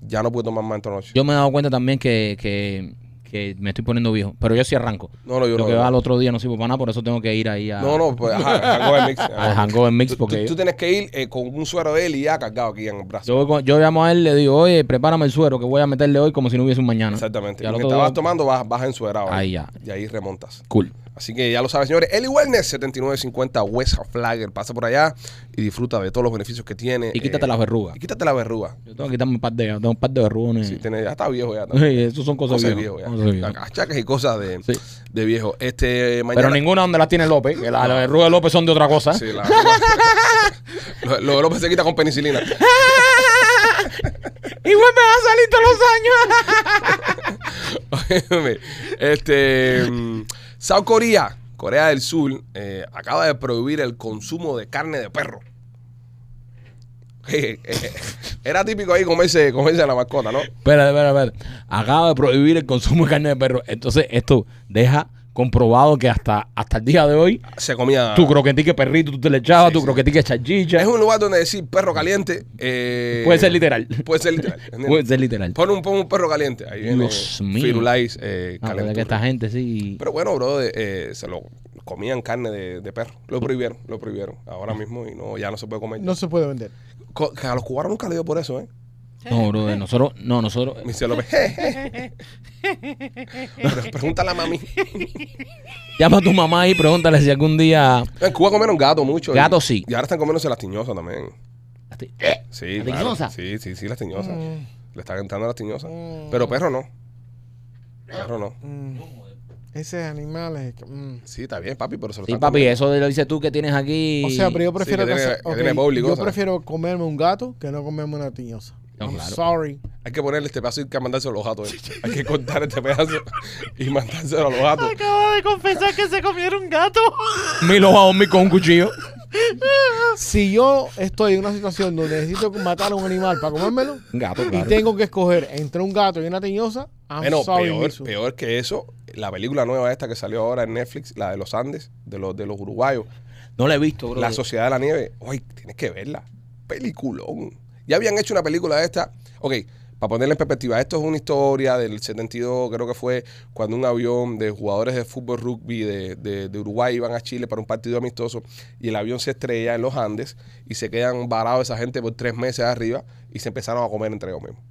A: ya no pude tomar más esta noche.
B: Yo me he dado cuenta también que, que, que me estoy poniendo viejo. Pero yo sí arranco.
A: No, no, yo
B: Lo
A: no.
B: que
A: yo
B: va
A: no.
B: al otro día no sirve para nada, por eso tengo que ir ahí a,
A: No, no, pues ajá, al hangover mix.
B: al Hangover Mix
A: Tú, tú-
B: porque
A: tú tienes que ir eh, con un suero de él y ya cargado aquí en el brazo.
B: yo, voy con- yo llamo a él, le digo, oye, prepárame el suero que voy a meterle hoy como si no hubiese un mañana.
A: Exactamente.
B: Y al
A: Lo que
B: otro
A: estabas
B: día-
A: tomando vas, vas ensuerado.
B: Ahí ya.
A: Y ahí remontas.
B: Cool.
A: Así que ya lo saben, señores. Eli Wellness 7950 West Flagger. Pasa por allá y disfruta de todos los beneficios que tiene.
B: Y quítate
A: eh,
B: las verrugas.
A: Y quítate la verruga.
B: Yo tengo que quitarme un par de, tengo un par de verrugones.
A: Si tienes- ya está viejo ya. está.
B: Sí, eso son cosas,
A: Cosas de
B: viejas.
A: viejo
B: cosas
A: ya.
B: viejas.
A: Achaques y cosas de,
B: Sí.
A: de viejo. Este mañana.
B: Pero ninguna donde las tiene López, que las verrugas de López son de otra cosa.
A: Sí, la lo, lo de López se quita con penicilina.
B: Igual me van a salir todos los años.
A: Óyeme, este. mm, South Korea, Corea del Sur, eh, acaba de prohibir el consumo de carne de perro. Era típico ahí comerse, comerse a la mascota, ¿no?
B: Espera, espera, espera. Acaba de prohibir el consumo de carne de perro. Entonces, esto deja comprobado que hasta, hasta el día de hoy,
A: Se comía.
B: tu croquetique perrito tú te le echabas,
A: Ah. Sí,
B: tu
A: sí.
B: croquetique chachicha.
A: Es un lugar donde decir perro caliente. eh,
B: Puede ser literal.
A: Puede ser literal. ¿entiendes?
B: Puede ser literal.
A: Pon un, pon un perro caliente. Ahí viene
B: Dios mío.
A: Firulais eh,
B: Ah,
A: calentura.
B: verdad que esta gente sí.
A: Pero bueno, bro, eh, eh, se lo comían carne de, de perro. Lo prohibieron, lo prohibieron. Ahora mismo y no, ya no se puede comer.
C: No se puede vender.
A: Co- que a los cubanos nunca le dio por eso, ¿eh?
B: No, bro, nosotros, no, nosotros.
A: Me dice López. "Je, je". Pero pregúntale a mami.
B: Llama a tu mamá y pregúntale si algún día.
A: En Cuba comieron gato mucho. y-
B: Gato sí.
A: Y ahora están comiéndose las tiñosas también. Sí,
B: ¿Las
A: claro.
B: tiñosas?
A: Sí, sí, sí, las tiñosas.
C: Mm.
A: Le están entrando las tiñosas.
C: Mm.
A: Pero perro no. Perro no.
C: Mm. Ese animal es... mm.
A: Sí, está bien, papi, pero se lo
B: Sí,
A: están
B: papi,
A: comiendo.
B: eso lo dices tú que tienes aquí.
C: O sea, pero yo
A: que
C: prefiero
A: tiene-
C: cazar-
A: que tiene
C: ok,
A: bowl y
C: yo
A: cosas.
C: prefiero comerme un gato que no comerme una tiñosa.
B: No,
C: I'm
B: claro.
C: sorry.
A: Hay que ponerle este pedazo y que mandárselo a los gatos. ¿eh? Hay que cortar este pedazo y mandárselo a los gatos.
E: Acaba de confesar que se comieron un gato.
B: Milo va a dormir con un cuchillo.
C: Si yo estoy en una situación donde necesito matar a un animal para comérmelo
B: Un gato,
C: y
B: claro.
C: tengo que escoger entre un gato y una tiñosa, I'm
A: Bueno,
C: sorry,
A: peor,
C: Misu.
A: peor que eso, la película nueva esta que salió ahora en Netflix, la de los Andes, de los, de los uruguayos,
B: No lo he visto, bro.
A: La Sociedad de la Nieve. Oye, tienes que verla. Peliculón. Ya habían hecho una película de esta. Ok, para ponerla en perspectiva, esto es una historia del 72, creo que fue cuando un avión de jugadores de fútbol rugby de, de- de Uruguay iban a Chile para un partido amistoso y el avión se estrella en los Andes y se quedan varados esa gente por tres meses arriba y se empezaron a comer entre ellos mismos.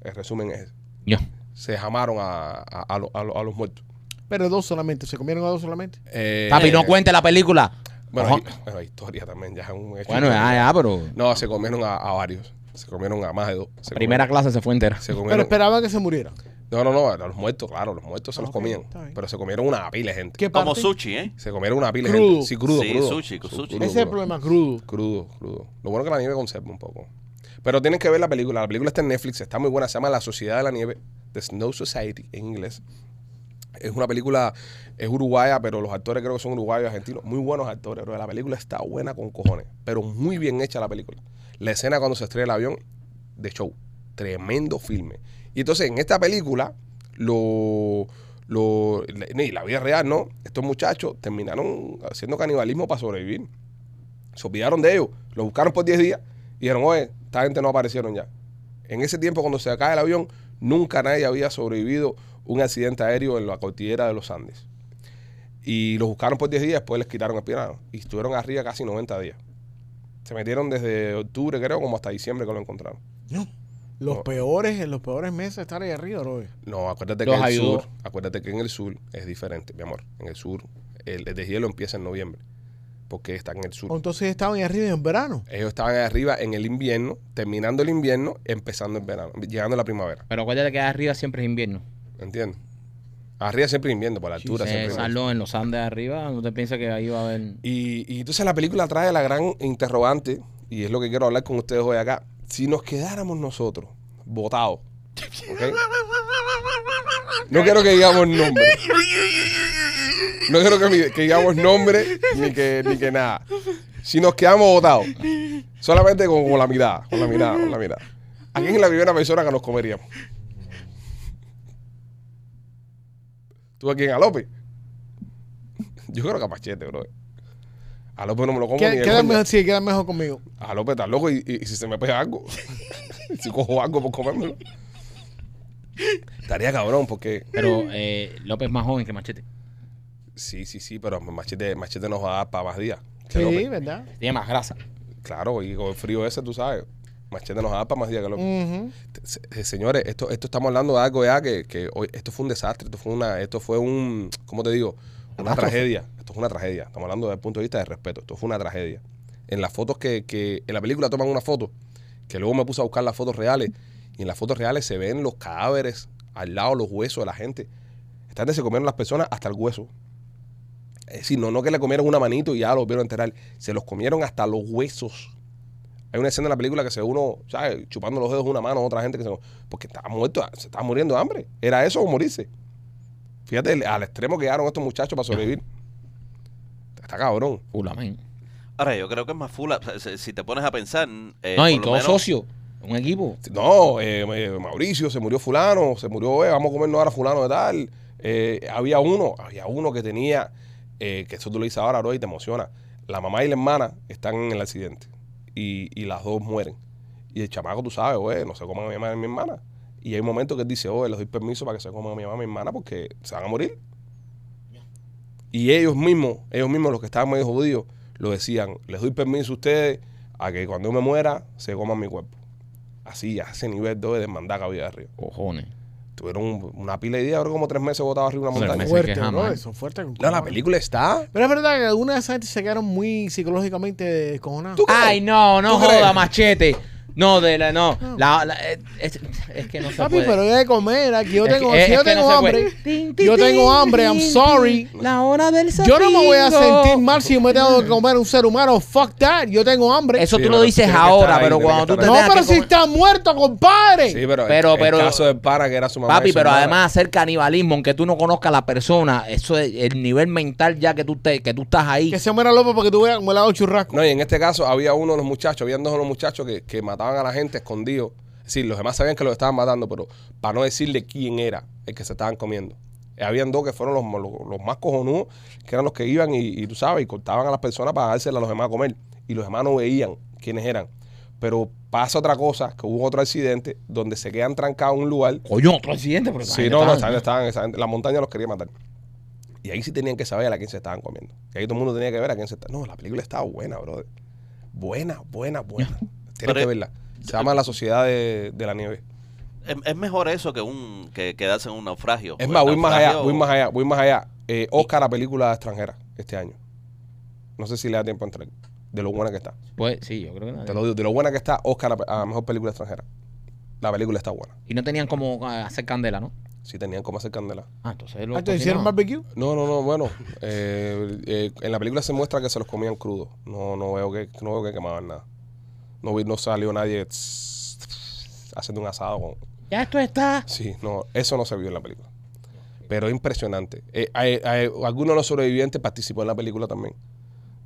A: El resumen es ese.
B: Ya.
A: Se jamaron a, a- a lo- a lo- a los muertos.
C: Pero dos solamente, se comieron a dos solamente.
A: Eh,
B: Papi, no cuente la película.
A: Bueno, hay,
B: Ojo.
A: bueno, hay historia también, ya es un hecho
B: Bueno, ah,
A: histórico.
B: ya, ya, pero.
A: No, se comieron a, a varios. Se comieron a más de dos. Se
B: Primera clase se fue entera.
A: comieron- se
C: Pero
A: comieron-
C: esperaba que se muriera.
A: no, no, no, a los muertos, claro, los muertos se
C: Ah,
A: los
C: ok, está
A: comían.
C: bien.
A: Pero se comieron una pila de gente.
C: ¿Qué parte?
D: Como sushi, ¿eh?
A: Se comieron una pila de
C: Crudo.
A: gente. Sí, crudo,
D: Sí,
A: crudo.
D: sushi,
A: Su-
D: sushi.
A: crudo,
C: Ese es el
A: crudo.
C: problema, crudo.
A: Crudo, crudo. Lo bueno que la nieve conserva un poco. Pero tienen que ver la película. La película está en Netflix, está muy buena. Se llama La Sociedad de la Nieve, The Snow Society en inglés. Es una película, es uruguaya, pero los actores creo que son uruguayos, argentinos. Muy buenos actores, pero la película está buena con cojones. Pero muy bien hecha la película. La escena cuando se estrella el avión, de show. Tremendo filme. Y entonces en esta película, lo, lo, la, ni la vida real, ¿no? Estos muchachos terminaron haciendo canibalismo para sobrevivir. Se olvidaron de ellos. Lo buscaron por 10 días y dijeron, oye, esta gente no aparecieron ya. En ese tiempo, cuando se cae el avión, nunca nadie había sobrevivido un accidente aéreo en la cordillera de los Andes. Y los buscaron por 10 días, después les quitaron el piano. Y estuvieron arriba casi 90 días. Se metieron desde octubre, creo, como hasta diciembre que lo encontraron.
C: No. Los
B: Oh.
C: peores, en los peores meses estar ahí arriba, bro.
A: No, acuérdate
B: Los
A: que en el
B: ayudó.
A: sur, acuérdate que en el sur es diferente, mi amor. En el sur, el, el deshielo empieza en noviembre, porque está en el sur.
C: Entonces estaban ahí arriba en verano.
A: Ellos estaban ahí arriba en el invierno, terminando el invierno, empezando el verano, llegando la primavera,
B: Pero acuérdate que arriba siempre es invierno.
A: ¿entiendes? Arriba siempre invierno, por la altura siempre.
B: Eh,
A: invierno.
B: Salón, en los Andes arriba, no te piensas que ahí va a haber.
A: Y, y entonces la película trae la gran interrogante, y es lo que quiero hablar con ustedes hoy acá. Si nos quedáramos nosotros votados, ¿ok? No quiero que digamos nombre. No quiero que, mi- que digamos nombre ni que, ni que nada. Si nos quedamos votados, solamente con, con la mirada, con la mirada, con la mirada. ¿A quién es la primera persona que nos comeríamos? ¿Tú a quién? ¿A López? Yo creo que a Machete, bro. A López no me lo como
C: ¿Qué-
A: ni de
C: queda
A: coña.
C: mejor, sí, queda mejor conmigo.
A: A López está loco y, y- y si se me pega algo, si cojo algo por comérmelo. Estaría cabrón porque...
B: Pero eh, López es más joven que Machete.
A: Sí, sí, sí, pero Machete, machete nos va a dar para más días. que
C: Sí,
A: López.
C: ¿verdad?
B: Tiene más grasa.
A: Claro, y con el frío ese, tú sabes. Machete nos da para más días que López.
C: Ujú.
A: Se- eh, Señores, esto, esto estamos hablando de algo ya que, que hoy, esto fue un desastre, esto fue una, esto fue un, ¿cómo te digo? Una
C: Catástrofe.
A: tragedia. Esto es una tragedia. Estamos hablando desde el punto de vista de respeto. Esto fue una tragedia. En las fotos que, que en la película toman una foto, que luego me puse a buscar las fotos reales, y en las fotos reales se ven los cadáveres al lado, los huesos de la gente. Esta gente se comieron las personas hasta el hueso. Es decir, no, no que le comieron una manito y ya lo volvieron a enterar. Se los comieron hasta los huesos. Hay una escena en la película que se ve uno, ¿sabes? Chupando los dedos de una mano, otra gente que se. Porque estaba muerto, se estaba muriendo de hambre. ¿Era eso o morirse? Fíjate el- al extremo que llegaron estos muchachos para sobrevivir. Está cabrón.
B: Full, amén.
D: Ahora, yo creo que es más full. o sea, Si, si te pones a pensar. eh,
B: no, y
D: por lo
B: todo
D: menos-
B: socio. Un equipo.
A: No, eh, eh, Mauricio, se murió fulano, se murió, eh, vamos a comernos ahora fulano de tal. Eh, había uno, había ulo que tenía, eh, que eso tú lo dices ahora, bro, y te emociona. La mamá y la hermana están en el accidente y, y las dos mueren. Y el chamaco, tú sabes, güey, no se coman a mi mamá y a mi hermana. Y hay un momento que él dice, oye, les doy permiso para que se coman a mi mamá y a mi hermana porque se van a morir. Y ellos mismos, ellos mismos los que estaban medio judíos, lo decían, les doy permiso a ustedes a que cuando yo me muera se coman mi cuerpo así, a ese nivel de desmandar que había arriba.
B: Cojones.
A: Tuvieron un- una pila de ideas, creo como tres meses botado arriba de una
B: Tres
A: montaña.
B: meses.
C: Fuerte,
B: queja,
C: ¿no?
B: man.
C: Eso, fuerte. con
A: No, la
C: cojones.
A: película está.
C: Pero es verdad que algunas de esas gente se quedaron muy psicológicamente descojonadas.
A: ¿Tú crees?
B: Ay, no, no
A: ¿Tú crees?
B: joda, Machete. No, de la, no. La- la- eh, es, es que no se
C: Papi,
B: puede.
C: pero ya de comer, aquí yo
B: Es que-
C: tengo,
B: es
C: si yo
B: que no
C: tengo
B: se
C: hambre,
B: puede.
C: yo tengo hambre, I'm sorry.
B: La hora del
C: Yo no me voy a
B: sapingo.
C: sentir mal si me tengo que comer un ser humano, fuck that, yo tengo hambre.
B: Eso
A: Sí,
B: tú
A: pero
B: lo dices
A: tiene que estar
B: ahora,
A: ahí,
B: pero
A: tiene
B: cuando
A: que
B: tú te
A: estar
C: No,
B: tengas
C: pero
B: que
C: si
B: comer-
C: está muerto, compadre.
A: Sí, pero,
B: Pero-
A: el,
B: pero-
A: el caso del para que era su mamá. y
B: Papi,
A: su
B: pero
A: hermana.
B: además hacer canibalismo, aunque tú no conozcas a la persona, eso es el nivel mental ya que tú, te, que tú estás ahí.
C: Que se muera López porque tú veas como le ha dado churrasco.
A: No, y en este caso había uno de los muchachos, habían dos de los muchachos que, que mataban a la gente escondido. Es decir, los demás sabían que los estaban matando, pero para no decirle quién era el que se estaban comiendo. Eh, Habían dos que fueron los, los- los más cojonudos, que eran los que iban y, y tú sabes, y cortaban a las personas para dárselas a los demás a comer. Y los demás no veían quiénes eran. Pero pasa otra cosa, que hubo otro accidente donde se quedan trancados en un lugar
B: Coño, otro accidente, pero esa
A: Sí,
B: gente
A: no, no,
B: está-
A: estaban, estaban, estaban- la montaña los quería matar. Y ahí sí tenían que saber a la quién se estaban comiendo. Y ahí todo el mundo tenía que ver a quién se estaba. No, la película estaba buena, brother. Buena, buena, buena. Tienen
D: Pero-
A: que verla. Se llama La Sociedad de, de la Nieve.
D: Es, es mejor eso que un que quedarse en un naufragio.
A: Es
D: El
A: más, voy más allá,
D: naufragio-
A: voy más allá, voy más allá. Eh, Oscar a película extranjera este año. No sé si le da tiempo a entrar. De lo buena que está.
B: Pues sí, yo creo que
A: Te
B: nadie-
A: lo digo, de lo buena que está Oscar a, a mejor película extranjera. La película está buena.
B: Y no tenían como eh, hacer candela, ¿no?
A: Sí tenían como hacer candela.
B: Ah, entonces lo
C: Ah, ¿Te hicieron
B: cocinaban.
C: barbecue?
A: No, no, no, bueno. eh, eh, en la película se muestra que se los comían crudos. No, no veo que, no veo que quemaban nada. No vi, no salió nadie tss, haciendo un asado con.
B: Ya esto está.
A: Sí, no, eso no se vio en la película. Pero es impresionante. Eh, hay- hay- alguno de los sobrevivientes participó en la película también.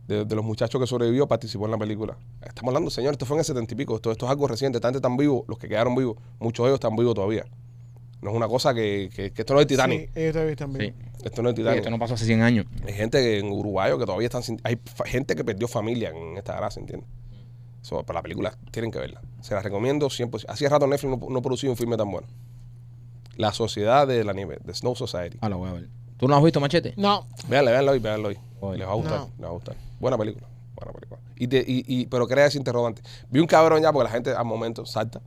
A: De, de los muchachos que sobrevivió, participó en la película. Estamos hablando, señor, esto fue en el setenta y pico. Esto, esto es algo reciente. Esta gente están vivos, los que quedaron vivos. Muchos de ellos están vivos todavía. No es una cosa que, que- que esto no es Titanic.
C: Sí, ellos te viste
B: Sí.
C: también.
A: Esto no es
B: Sí,
A: Titanic.
B: esto no pasó hace 100 años.
A: Hay gente que- en Uruguayo que todavía están sin, hay fa- gente que perdió familia en esta grasa, ¿entiendes? So, para la película tienen que verla. Se la recomiendo 100%. Hacía rato Netflix no, no producía un filme tan bueno. La Sociedad de la Nieve, The Snow Society.
B: Ah, la voy a ver. ¿Tú no has visto Machete?
C: No,
A: Véanla, véanla hoy, véanla hoy. Les va a gustar,
C: No.
A: les va a gustar. Buena película, buena película. Y te- y- y- pero crea ese interrogante. Vi un cabrón ya, porque la gente al momento salta.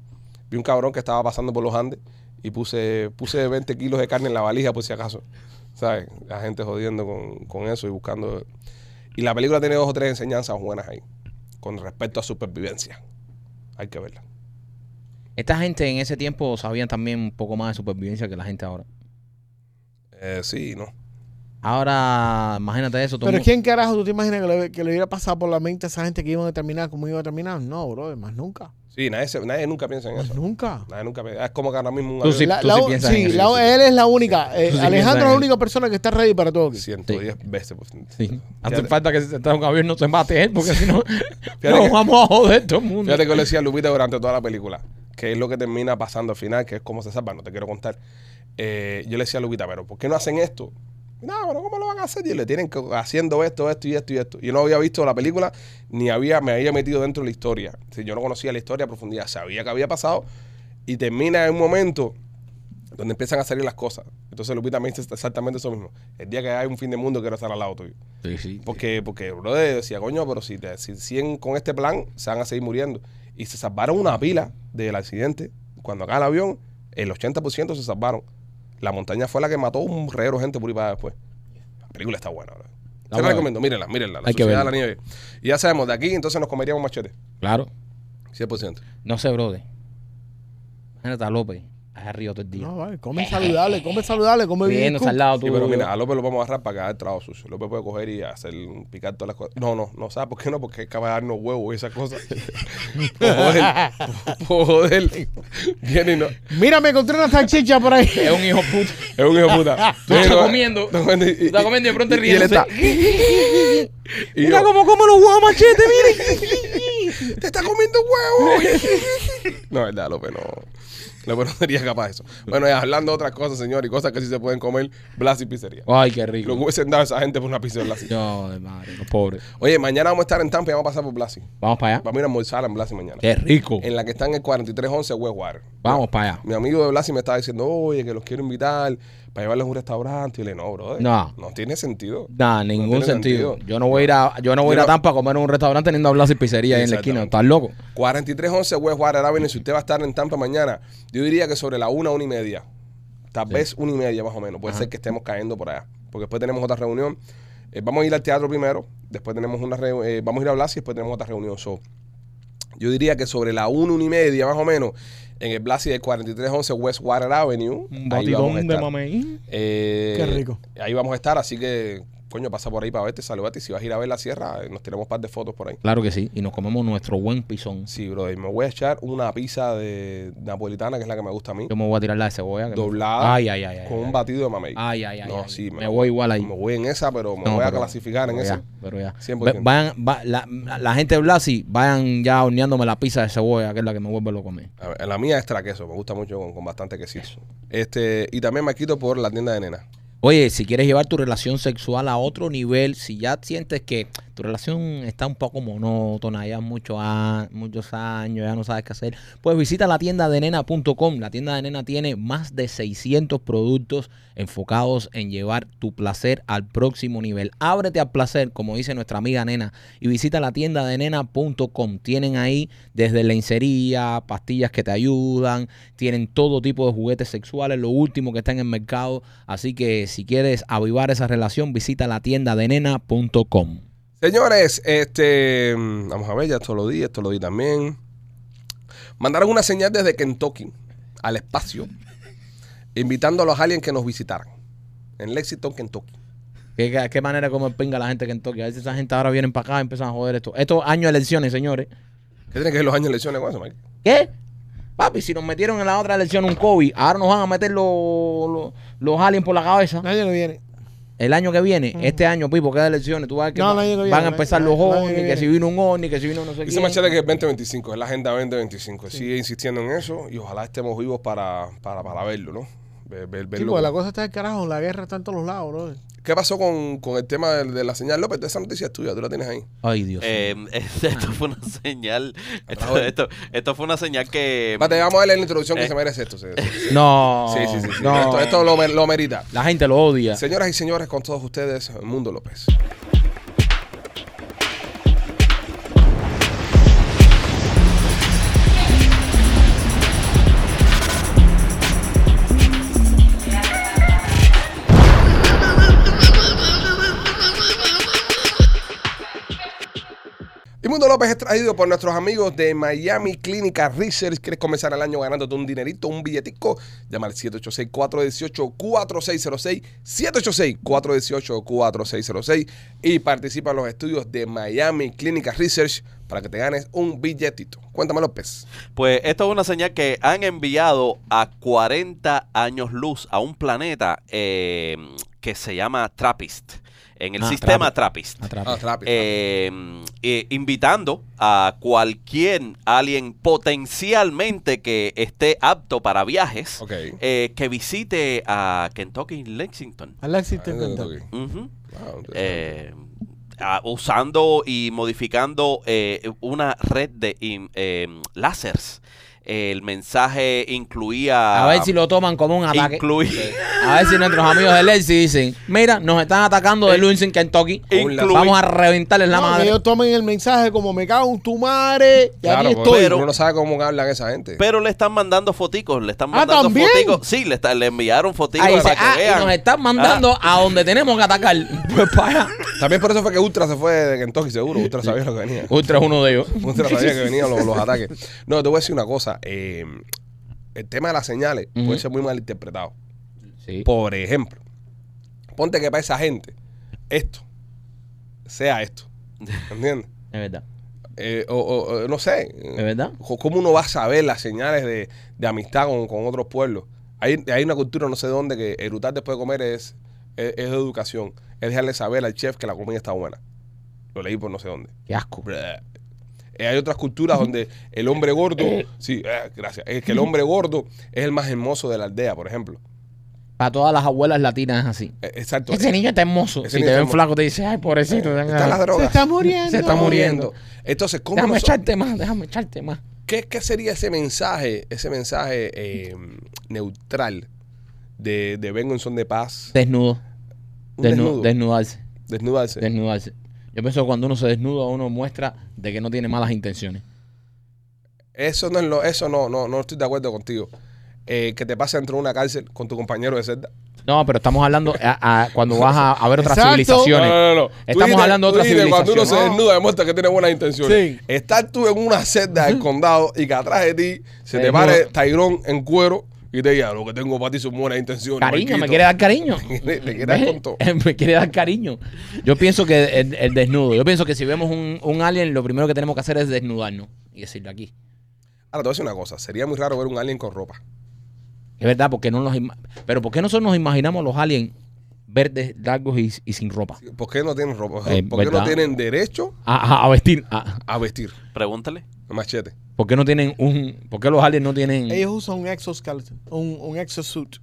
A: Vi un cabrón que estaba pasando por los Andes y puse, puse 20 kilos de carne en la valija por si acaso. ¿Sabes? La gente jodiendo con, con eso y buscando. Y la película tiene dos o tres enseñanzas buenas ahí. Con respecto a supervivencia. Hay que verla.
B: Esta gente en ese tiempo sabían también un poco más de supervivencia que la gente ahora.
A: Eh, sí, no.
B: Ahora, imagínate eso. todo el
C: pero
B: mundo-
C: ¿quién carajo tú te imaginas que le, que le hubiera pasado por la mente a esa gente que iban a terminar como iba a terminar? No, bro, más nunca.
A: Sí, nadie, se- nadie nunca piensa en
C: Más
A: eso.
C: nunca.
A: Nadie nunca piensa. Es como que ahora mismo un
B: Tú sí-
A: avión-
C: La-
B: tú
C: la-
B: sí piensas
C: sí,
B: en eso.
C: la- él es la única. eh,
B: Tú sí piensas
C: Alejandro
B: en
C: es la
B: eso.
C: única persona que está ready para todo. aquí.
A: 110 veces. Pues,
B: Sí. Hace
A: Fíjate.
B: falta que se te un avión no se mate él, porque si no, nos vamos a joder todo el mundo.
A: Fíjate que le decía a Lupita durante toda la película, que es lo que termina pasando al final, que es cómo se salva, no te quiero contar. Eh, yo le decía a Lupita, pero ¿por qué no hacen esto? No, pero ¿cómo lo van a hacer? Y le tienen que, haciendo esto, esto y esto y esto. Yo no había visto la película, ni había, me había metido dentro de la historia. Si yo no conocía la historia a profundidad, sabía que había pasado. Y termina en un momento donde empiezan a salir las cosas. Entonces Lupita me dice exactamente eso mismo. El día que hay un fin de mundo quiero estar al lado tuyo.
B: Sí, sí.
A: Porque, porque bro, decía, coño, pero si, te- si siguen con este plan, se van a seguir muriendo. Y se salvaron una pila del accidente. Cuando acaba el avión, el 80% se salvaron. La montaña fue la que mató un reguero de gente por ahí para después. La película está buena, bro.
B: Vamos
A: Se
B: a
A: la
B: ver.
A: recomiendo, mírenla, mírenla. La
B: Hay que
A: Sociedad de la
B: verla.
A: nieve. Y ya sabemos, de aquí entonces nos comeríamos machete.
B: Claro.
A: 100%.
B: No sé, brother. Imagínate a López. Allá arriba todo el día.
C: No, vale, come saludable, come saludable, come bien.
B: Bien,
C: cook.
B: al lado
A: Sí,
B: pues, Ah, tú.
A: pero mira, a López lo vamos a agarrar para que haga el trabajo sucio. López puede coger y hacer un- picar todas las cosas. No, no, no sabe por qué no, porque acaba de darnos huevos y esas cosas. por joder, por joder. Viene y no.
C: Mira, me encontré una salchicha por ahí.
B: es un hijo puto.
A: Es un hijo de puta.
B: Tú estás comiendo. Tú estás comiendo y de pronto
A: y- y él
B: riéndose.
A: está- Y yo,
B: come los huevos machete, mire.
A: te está comiendo huevos. no, verdad, López no. López no sería capaz de eso. Bueno, y hablando de otras cosas, señor, y cosas que sí se pueden comer, Blas y Pizzería.
B: Ay, qué
A: Lo
B: rico.
A: que hubiesen dado a esa gente por una pizza de Blasi.
B: No, de madre, los pobres.
A: Oye, mañana vamos a estar en Tampa y vamos a pasar por Blasi.
B: Vamos para allá.
A: Vamos a ir a almorzar en Blasi mañana.
B: Qué rico.
A: En la que está en el 4311 Westwater.
B: Vamos para allá.
A: Mi amigo de Blasi me estaba diciendo, oye, que los quiero invitar para llevarlos a un restaurante. Y le no, brother.
B: No.
A: No tiene sentido.
B: Nah, ningún
A: tiene
B: sentido.
A: sentido.
B: Yo no voy a ir a, yo no voy a ir
A: Yo
B: a
A: no-
B: Tampa a comer en un restaurante teniendo a hablar sin pizzería ahí en la esquina.
A: Exactamente.
B: Estás loco.
A: 4311 Westwater Avenue. Si usted va a estar en Tampa mañana, yo diría que sobre la una, una y media. Tal vez una y media más o menos. Puede ser que estemos cayendo por allá. Porque después tenemos otra reunión. Eh, vamos a ir al teatro primero. Después tenemos una reu- eh, Vamos a ir a Blasi y después tenemos otra reunión. So, yo diría que sobre la una, una y media más o menos, en el Blasi del 4311 Westwater Avenue. ahí vamos a estar.
B: mamey.
A: Eh,
C: Qué rico.
A: Ahí vamos a estar, así que, coño, pasa por ahí para verte, saludate. Y si vas a ir a ver la sierra, eh, nos tenemos un par de fotos por ahí.
B: Claro que sí. Y nos comemos nuestro buen pisón.
A: Sí, brother, me voy a echar una pizza de napolitana, que es la que me gusta a mí,
B: Yo me voy a tirar la de cebolla. que me-
A: doblada
B: Ay, ay, ay. ay,
A: con
B: ay.
A: un batido de mamey.
B: Ay, ay, ay.
A: No,
B: ay.
A: sí,
B: me, voy igual ahí.
A: Me voy en esa, pero me
B: No,
A: voy a
B: pero-
A: clasificar en
B: pero
A: esa.
B: ya, Pero ya.
A: 100%.
B: Ve- Vayan, va- la, la gente de Blasi, vayan ya horneándome la pizza de cebolla, que es la que me vuelve loco a mí.
A: A ver, La mía es extra queso, me gusta mucho con, con bastante quesito. Este, y también me quito por la tienda de nena.
B: Oye, si quieres llevar tu relación sexual a otro nivel, si ya sientes que tu relación está un poco monótona, ya mucho a- muchos años, ya no sabes qué hacer, pues visita la tienda de nena.com. La tienda de nena tiene más de 600 productos enfocados en llevar tu placer al próximo nivel. Ábrete al placer, como dice nuestra amiga nena, y visita la tienda de nena.com. Tienen ahí desde lencería, pastillas que te ayudan, tienen todo tipo de juguetes sexuales, lo último que está en el mercado. Así que si quieres avivar esa relación, visita la tienda de nena.com.
A: Señores, este, mm, vamos a ver, ya esto lo di, esto lo di también. Mandaron una señal desde Kentucky al espacio, invitando a los aliens que nos visitaran en Lexington, Kentucky.
B: ¿Qué, qué, qué manera como pinga la gente que en Tokio. A veces esa gente ahora viene para acá y empiezan a joder esto. Estos años de elecciones, señores.
A: ¿Qué tiene que ver los años de elecciones con eso, Mike?
B: ¿Qué? Papi, si nos metieron en la otra elección un COVID, ahora nos van a meter los- los- los aliens por la cabeza.
C: Nadie no viene.
B: El año que viene, este año, Pipo, ¿qué elecciones? Tú vas a ver que
C: No,
B: va-
C: el año que viene,
B: van a empezar
C: el-
B: los
C: el año que
B: ovnis, que
C: viene.
B: si vino un ovni, que si vino no sé
A: Dice
B: qué.
A: Machete que es 2025, es la agenda 2025. Sigue insistiendo en eso y ojalá estemos vivos para, para, para verlo, ¿no? Ver- ver-
C: Sí,
A: verlo.
C: porque la cosa está del carajo, la guerra está en todos lados, bro.
A: ¿Qué pasó con, con el tema de, de la señal López? Esa noticia es tuya, tú la tienes ahí.
B: Ay, Dios.
D: Eh, esto fue una señal.
A: Ah,
D: Esto,
A: Raúl.
D: esto, esto fue una señal que. em,
A: Espérate, vamos a darle la introducción que
D: Eh.
A: se merece esto. Sí, sí,
B: no.
A: sí, sí, sí, sí.
B: no.
A: Esto, esto lo, mer- lo merita.
B: La gente lo odia.
A: Señoras y señores, con todos ustedes, Mundo López. Y Mundo López es traído por nuestros amigos de Miami Clínica Research. ¿Quieres comenzar el año ganándote un dinerito, un billetico? Llama al 786-418-4606, 786-418-4606 y participa en los estudios de Miami Clínica Research para que te ganes un billetito. Cuéntame, López.
D: Pues esto es una señal que han enviado a 40 años luz a un planeta eh, que se llama TRAPPIST. En el
B: Ah,
D: sistema TRAPPIST.
B: Atrapa.
A: Ah, rápido.
D: Ah, Eh, eh, invitando a cualquier alien potencialmente que esté apto para viajes
A: ok.
D: eh, que visite a Kentucky Lexington.
C: Alexis,
A: Ah,
C: te encanta.
A: ok.
D: Ujú.
A: Wow,
D: Eh, ah, usando y modificando eh, una red de im- eh, láseres. em, el mensaje
A: Ah.
D: incluía...
B: A ver si lo toman como un ataque.
D: incluía-
B: A ver si nuestros amigos de Lercy dicen, mira, nos están atacando de Lewis Kentucky.
D: Incluí-
B: Vamos a reventarles la
C: No, que
B: madre.
C: ellos tomen el mensaje como me cago en tu madre. Y
A: Claro,
C: aquí
A: porque
C: estoy.
B: pues.
D: Pero-
A: uno no sabe cómo hablan esa gente.
D: Pero le están mandando foticos, le están
C: Ah,
D: mandando
C: ¿también?
D: foticos. Sí, le, está- le enviaron foticos
B: Ahí dice,
D: para que
B: ah,
D: vean.
B: y nos están mandando
A: Ah.
B: a donde tenemos que atacar. Pues para allá.
A: También por eso fue que Ultra se fue de Kentucky, seguro. Ultra sabía lo que venía.
B: Ultra es uno de ellos.
A: Ultra sabía que venían los, los ataques. No, te voy a decir una cosa. eh, el tema de las señales
B: Ujú.
A: puede ser muy mal interpretado.
B: Sí.
A: Por ejemplo, ponte que para esa gente esto sea esto. ¿Entiendes?
B: Es verdad.
A: Eh, o, o- o no sé.
B: Es verdad.
A: Co- ¿Cómo uno va a saber las señales de, de amistad con, con otros pueblos? Hay, hay una cultura, no sé dónde, que erutar después de comer es, es, es educación. Es dejarle saber al chef que la comida está buena. Lo leí por no sé dónde.
B: Qué asco.
A: Eh, hay otras culturas donde el hombre gordo, sí, eh, gracias, es que el hombre gordo es el más hermoso de la aldea, por ejemplo.
B: Para todas las abuelas latinas es así.
A: Eh, exacto.
B: Ese niño está hermoso.
A: Ese
B: si
A: niño está
B: te ven
A: hermoso.
B: flaco, te dice, ay, pobrecito.
A: Están las drogas.
C: Se está muriendo.
B: Se
A: está muriendo.
B: muriendo.
A: Entonces, ¿cómo
B: Déjame
A: nosotros-
B: echarte más, déjame echarte más.
A: ¿Qué, qué sería ese mensaje, ese mensaje eh, neutral de, de vengo en son de paz?
B: Desnudo.
A: Un
B: Desnu-
A: desnudo.
B: Desnudarse.
A: Desnudarse.
B: Desnudarse. Yo pienso que cuando uno se desnuda, uno muestra de que no tiene malas intenciones.
A: Eso no es lo, eso no, no, no estoy de acuerdo contigo. Eh, que te pase dentro de una cárcel con tu compañero de celda.
B: No, pero estamos hablando a- a- cuando vas a, a ver otras
C: Exacto.
B: civilizaciones.
A: No, no, no.
B: Estamos hablando de otra
A: Cuando uno se
B: civilización.
A: desnuda demuestra que tiene buenas intenciones.
C: Sí.
A: Estar tú en una celda del condado y que atrás de ti se te
B: Desnudo.
A: pare Tairón en cuero y te diga, lo que tengo para ti son buenas intenciones.
B: Cariño, me
A: Marquito".
B: quiere dar cariño.
A: Le- le quiere dar
B: ¿Ves?
A: con todo.
B: me quiere dar cariño. Yo pienso que el, el desnudo. Yo pienso que si vemos un, un alien, lo primero que tenemos que hacer es desnudarnos y decirlo aquí.
A: Ahora te voy a decir una cosa. Sería muy raro ver un alien con ropa.
B: Es verdad, porque no nos ima- pero ¿por qué nosotros nos imaginamos los aliens verdes, largos y, y sin ropa?
A: ¿Por qué no tienen ropa?
B: Eh,
A: ¿Por qué no
B: ¿verdad?
A: tienen derecho
B: A, a- a vestir. a-
A: a vestir?
D: Pregúntale.
A: Machete.
B: ¿Por qué no tienen un. ¿Por qué los aliens no tienen.
C: Ellos usan un exoskeleton, un, un exosuit.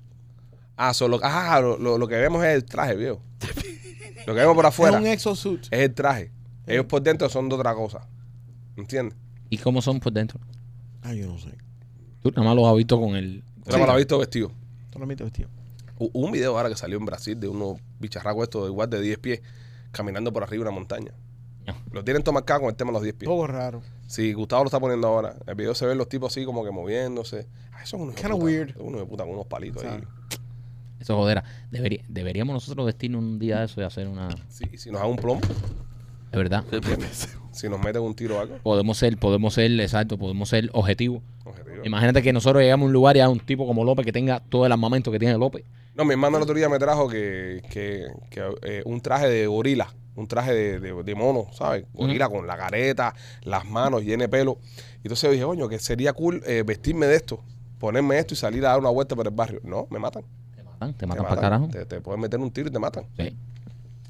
A: Ah, solo, ah lo, lo- lo que vemos es el traje, viejo. Lo que vemos por
C: Es
A: afuera
C: un exosuit.
A: es el traje. Ellos por dentro son de otra cosa. ¿Entiendes?
B: ¿Y cómo son por dentro?
C: Ah, yo no sé.
B: Tú nada más los has visto con el.
A: Yo me lo he visto vestido.
C: Solamente vestido.
A: Hu- Hubo un video ahora que salió en Brasil de unos bicharracos estos de igual de 10 pies caminando por arriba de una montaña.
B: No.
A: Lo tienen tomado acá con el tema de los 10 pies.
C: Todo raro.
A: Sí, Gustavo lo está poniendo ahora. El video se ven los tipos así como que moviéndose. Ah, son unos
C: Kinda
A: hijueputa-
C: weird.
A: Unos de puta con unos palitos ahí.
B: Eso jodera. Debería- deberíamos nosotros vestirnos un día de eso y hacer una.
A: Sí, y si nos dan un plomo,
B: De verdad.
A: si nos meten un tiro o algo.
B: Podemos ser, podemos ser, exacto, podemos ser objetivos.
A: objetivo.
B: Imagínate que nosotros llegamos a un lugar y hay un tipo como López que tenga todo el armamento que tiene López.
A: No, mi hermano el otro día me trajo que, que, que, eh, un traje de gorila, un traje de, de- de mono, ¿sabes? Gorila con la careta, las manos llenas de pelo. Y entonces dije, coño, que sería cool eh, vestirme de esto, ponerme esto y salir a dar una vuelta por el barrio. No, me matan.
B: Te matan, te
A: Te
B: matan para carajo.
A: Te, te pueden meter un tiro y te matan.
B: Sí.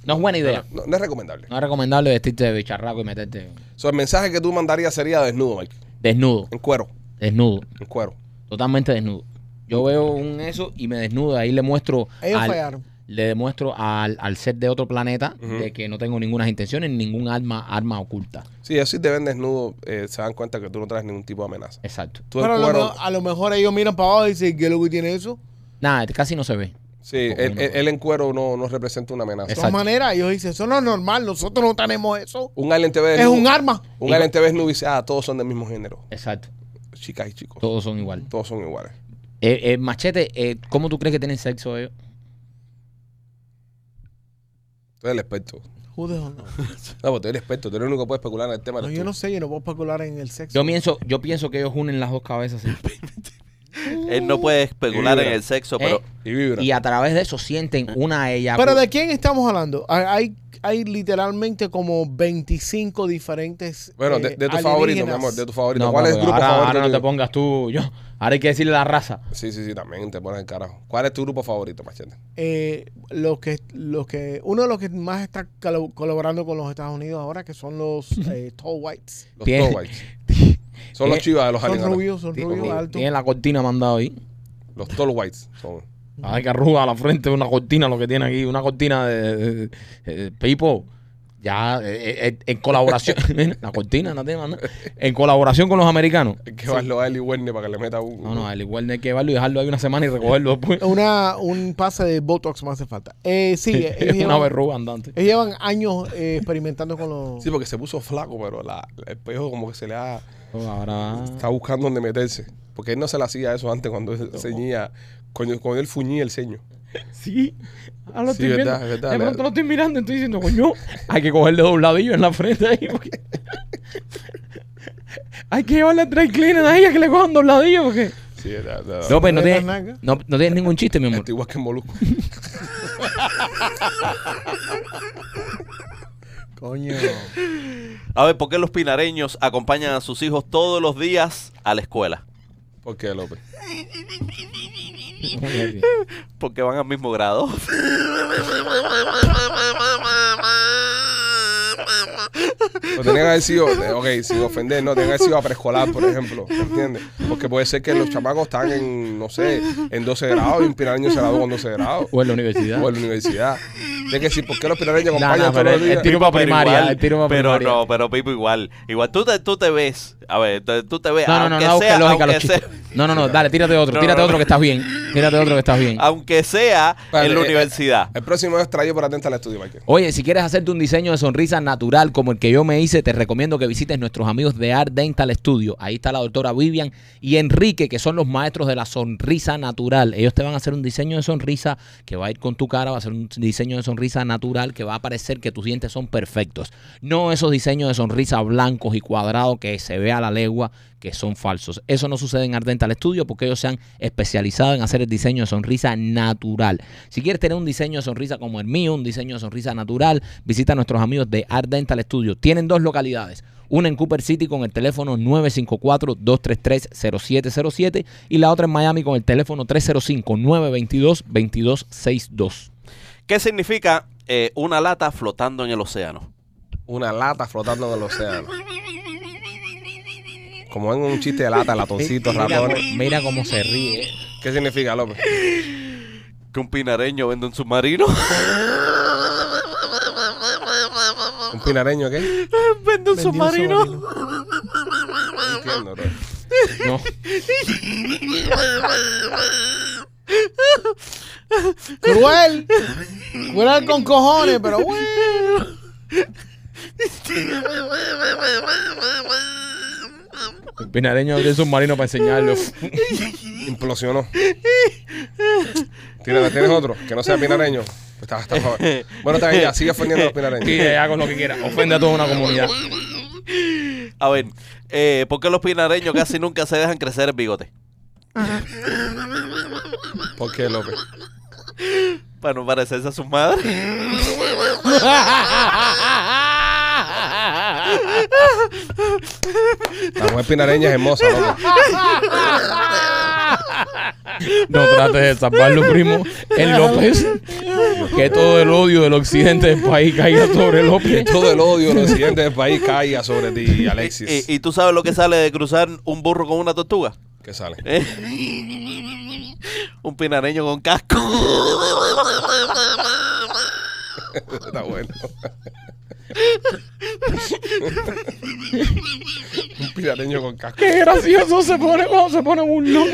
B: No es buena idea.
A: No, no es recomendable.
B: No es recomendable vestirte de bicharraco y meterte
A: So, el mensaje que tú mandarías sería desnudo, Mike.
B: desnudo,
A: En cuero,
B: desnudo,
A: en cuero.
B: totalmente desnudo. Yo veo un eso y me desnudo. Ahí le muestro.
C: Ellos
B: al-
C: fallaron.
B: le demuestro al, al ser de otro planeta de que no tengo ninguna intenciones, ningún arma, arma oculta.
A: Sí, ellos sí te ven desnudo, eh, se dan cuenta que tú no traes ningún tipo de amenaza.
B: Exacto.
A: Tú en
C: Pero a lo,
A: cuero-
C: mejor, a lo mejor ellos miran para abajo y dicen, ¿qué es lo que tiene eso?
B: Nada, este casi no se ve.
A: Sí, él, él- él en cuero no, no representa una amenaza.
C: De
B: Exacto.
C: todas maneras, ellos dicen, eso no es normal, nosotros no tenemos eso.
A: Un alien te ve
C: Es
A: desnudo.
C: un arma.
A: Un alien te ve desnudo y dice, ah, todos son del mismo género.
B: Exacto.
A: Chicas y chicos.
B: Todos son igual.
A: Todos son iguales.
B: Eh, eh, machete, eh, ¿cómo tú crees que tienen sexo ellos?
A: Tú eres el experto.
C: Who the hell knows?
A: No, pues tú eres el experto. Tú eres el único que puede especular en el tema.
C: No,
A: eres
C: yo
A: tú.
C: no sé, yo no puedo especular en el sexo.
B: Yo pienso, yo pienso que ellos unen las dos cabezas así.
D: Él no puede especular
A: Vibra.
D: en el sexo, pero
B: ¿Eh?
A: Y vibra.
B: y a través de eso sienten una ella.
A: Ah,
C: Pero
A: pues.
C: ¿de quién estamos hablando? Hay, hay, hay literalmente como 25 diferentes.
A: Bueno,
C: eh,
A: de, de tu favorito, mi
C: alienígenas.
A: amor. De tu favorito.
B: no,
A: ¿Cuál
B: no,
A: es el grupo
B: ahora,
A: favorito?
B: ahora no
A: tuyo?
B: te pongas tú, yo. Ahora hay que decirle la raza.
A: Sí, sí, sí, también te pones el carajo. ¿Cuál es tu grupo favorito, Machete?
C: Eh, los que, los que, uno de los que más está colo- colaborando con los Estados Unidos ahora, que son los eh, Tall Whites.
A: Los
B: Tiene-
A: Tall Whites. Son los
B: Tiene-
A: chivas de los
C: Son
A: aliens. ahora.
C: rubios, son
A: Tiene-
C: rubios
A: tiene-
C: altos.
B: Tienen la cortina mandada ahí.
A: Los Tall Whites son.
B: Ay, que arruga a la frente una cortina lo que tiene aquí, una cortina de, de- de- de- Pipo. Ya, eh, eh, en colaboración. la cortina, no te manda. En colaboración con los americanos.
A: Hay que llevarlo a Eli Werner para que le meta un.
B: No, no, al igual no hay que llevarlo y dejarlo ahí una semana y recogerlo después.
C: Una, un pase de Botox más hace falta. Eh, sí, ellos,
B: es una
C: llevan,
B: verruga andante.
C: ellos llevan años eh, experimentando con los...
A: Sí, porque se puso flaco, pero la, la- el pellejo como que se le ha.
B: Oh, ahora
A: Está buscando dónde meterse. Porque él no se le hacía eso antes cuando él ceñía. Cuando, cuando él fuñía el ceño.
B: Sí, ahora lo
A: Sí,
B: estoy
A: verdad,
B: viendo.
A: verdad,
B: de pronto
A: verdad.
B: lo estoy mirando y estoy diciendo, coño, hay que cogerle dobladillo en la frente ahí. Porque... hay que llevarle a tres cleaners ahí a que le cojan dobladillo. Porque...
A: Sí, era- era-
B: López, no
C: ¿no
B: tienes,
C: hay más nalga?
B: no, no tienes ningún chiste, mi amor.
A: Está igual que Molusco.
C: Coño.
D: A ver, ¿por qué los pinareños acompañan a sus hijos todos los días a la escuela?
A: ¿Por qué, López?
D: Porque van al mismo grado.
A: O tenía que haber sido, ok, sin ofender, no, tenía que haber sido a preescolar, por ejemplo, ¿me ¿entiendes? Porque puede ser que los chamacos están en, no sé, en 12 grados y un pinareño se graduó con 12 grados.
B: O en la universidad.
A: O en la universidad. Tiene que decir, ¿por qué los pinareños
B: No, no,
A: acompañan
B: pero
A: todos los
B: el-
A: días?
B: el tiro para
D: Pero
B: primaria,
D: igual,
B: el tiro para
D: pero
B: primaria.
D: no, pero Pipo igual. Igual tú te, tú te ves. A ver, tú, tú te ves.
B: No, no, no,
D: aunque
B: no, busques
D: sea,
B: lógica a los
D: aunque sea,
B: chistes. No, no, no, dale, tírate otro,
D: No,
B: tírate
D: no,
B: otro
D: no.
B: que
D: Ah.
B: estás bien. Tírate otro que estás bien.
D: aunque sea
A: Vale,
D: en la
A: eh,
D: universidad.
A: El próximo es traído por Atenta al Estudio, Michael.
B: Oye, si quieres hacerte un diseño de sonrisa natural como el que yo me hice, te recomiendo que visites nuestros amigos de Art Dental Studio. Ahí está la doctora Vivian y Enrique, que son los maestros de la sonrisa natural. Ellos te van a hacer un diseño de sonrisa que va a ir con tu cara, va a ser un diseño de sonrisa natural que va a parecer que tus dientes son perfectos. No esos diseños de sonrisa blancos y cuadrados que se ve a la legua que son falsos. Eso no sucede en Ardental Studio porque ellos se han especializado en hacer el diseño de sonrisa natural. Si quieres tener un diseño de sonrisa como el mío, un diseño de sonrisa natural, visita a nuestros amigos de Ardental Studio. Tienen dos localidades. Una en Cooper City con el teléfono 954-233-0707 y la otra en Miami con el teléfono 305-922-2262.
D: ¿Qué significa eh, una lata flotando en el océano?
A: Una lata flotando en el océano. Como en un chiste de lata, latoncitos, ratones.
B: Eh, Mira cómo se ríe.
A: ¿Qué significa, López?
D: Que un pinareño vende un submarino.
A: ¿Un pinareño qué?
E: Vende un
C: Vendió un
E: submarino.
C: submarino.
A: No entiendo, bro.
B: No.
C: Cruel. Cruel con cojones, pero bueno.
B: El pinareño abrió el submarino para enseñarlo.
A: Implosionó. Tírate, ¿Tienes otro? Que no sea pinareño. Está, está, joven. bueno, está bien, ya. Sigue ofendiendo a los pinareños.
B: Y eh, hago lo que quiera. Ofende a toda una comunidad.
D: A ver, eh, ¿por qué los pinareños casi nunca se dejan crecer el bigote?
A: ¿Por qué, López?
D: Para no parecerse a sus madres.
A: La mujer pinareña es hermosa, López.
B: No trates de salvarlo, primo. El López. Que todo el odio del occidente del país caiga sobre
A: Que
B: López.
A: todo el odio de los residentes del país caiga sobre ti, Alexis.
D: Eh, Y, y tú sabes lo que sale de cruzar un burro con una tortuga.
A: ¿Qué sale?
D: ¿Eh? un pinareño con casco.
A: Está bueno. Un pinareño con casco.
B: Qué gracioso se pone cuando se pone burlón.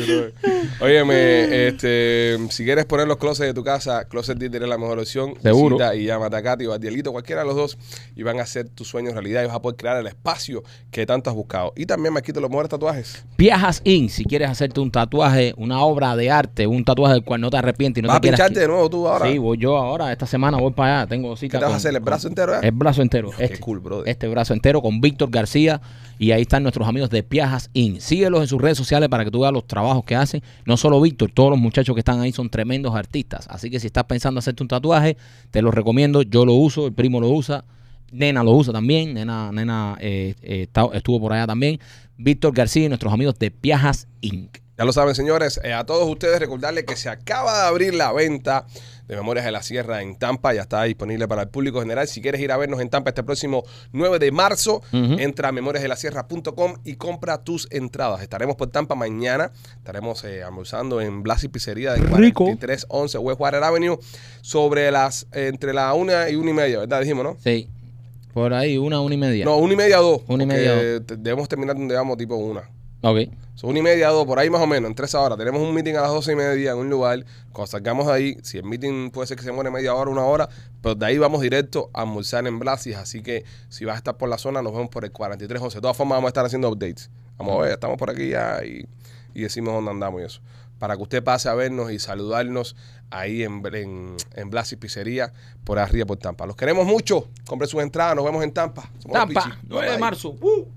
A: Óyeme, este, si quieres poner los closets de tu casa, Closet Dieter es la mejor opción.
B: Seguro.
A: Visita y llama a Katy o a Dielito, cualquiera de los dos, y van a hacer tus sueños realidad y vas a poder crear el espacio que tanto has buscado. Y también me quito los mejores tatuajes.
B: Viajas In, si quieres hacerte un tatuaje, una obra de arte, un tatuaje del cual no te arrepientes y no
A: vas
B: te
A: a
B: quieras
A: pincharte de
B: quitar.
A: nuevo tú ahora.
B: Sí, voy yo ahora, esta semana voy para allá, tengo cita.
A: ¿Qué te vas a
B: con-
A: hacer? ¿El
B: con-
A: brazo entero? eh?
B: El brazo entero.
A: Qué
B: Este,
A: cool, brother.
B: este brazo entero con Víctor García. Y ahí están nuestros amigos de Piajas In. Síguelos en sus redes sociales para que tú veas los trabajos que hacen. No solo Víctor, todos los muchachos que están ahí son tremendos artistas. Así que si estás pensando hacerte un tatuaje, te lo recomiendo. Yo lo uso, el primo lo usa. Nena lo usa también. Nena, nena eh, eh, está- estuvo por allá también. Víctor García y nuestros amigos de Piajas Inc.
A: Ya lo saben, señores. Eh, a todos ustedes recordarles que se acaba de abrir la venta de Memorias de la Sierra en Tampa. Ya está disponible para el público general. Si quieres ir a vernos en Tampa este próximo 9 de marzo,
B: Ujú.
A: entra a memoriasdelasierra.com y compra tus entradas. Estaremos por Tampa mañana. Estaremos eh, almorzando en Blas y Pizzería de
B: Rico.
A: 4311 West Water Avenue sobre las eh, entre la una y una y media, ¿verdad? Dijimos, ¿no?
B: Sí. Por ahí, una, una y media.
A: No, una y media dos.
B: Una y media,
A: porque te- Debemos terminar donde vamos, tipo una.
B: Ok.
A: Son una y media, dos, por ahí más o menos, en tres horas. Tenemos un meeting a las doce y media en un lugar. Cuando salgamos de ahí, si el meeting puede ser que se muere media hora, una hora, pero de ahí vamos directo a almorzar en Blasis. Así que si vas a estar por la zona, nos vemos por el 4311. De todas formas, vamos a estar haciendo updates. Vamos a ver, estamos por aquí ya y, y decimos dónde andamos y eso. Para que usted pase a vernos y saludarnos ahí en, en, en Blasis Pizzería, por arriba por Tampa. Los queremos mucho. Compre sus entradas, nos vemos en Tampa. Somos los
B: Tampa,
A: Pichis.
B: 9 de
A: Bye.
B: marzo. ¡Uh!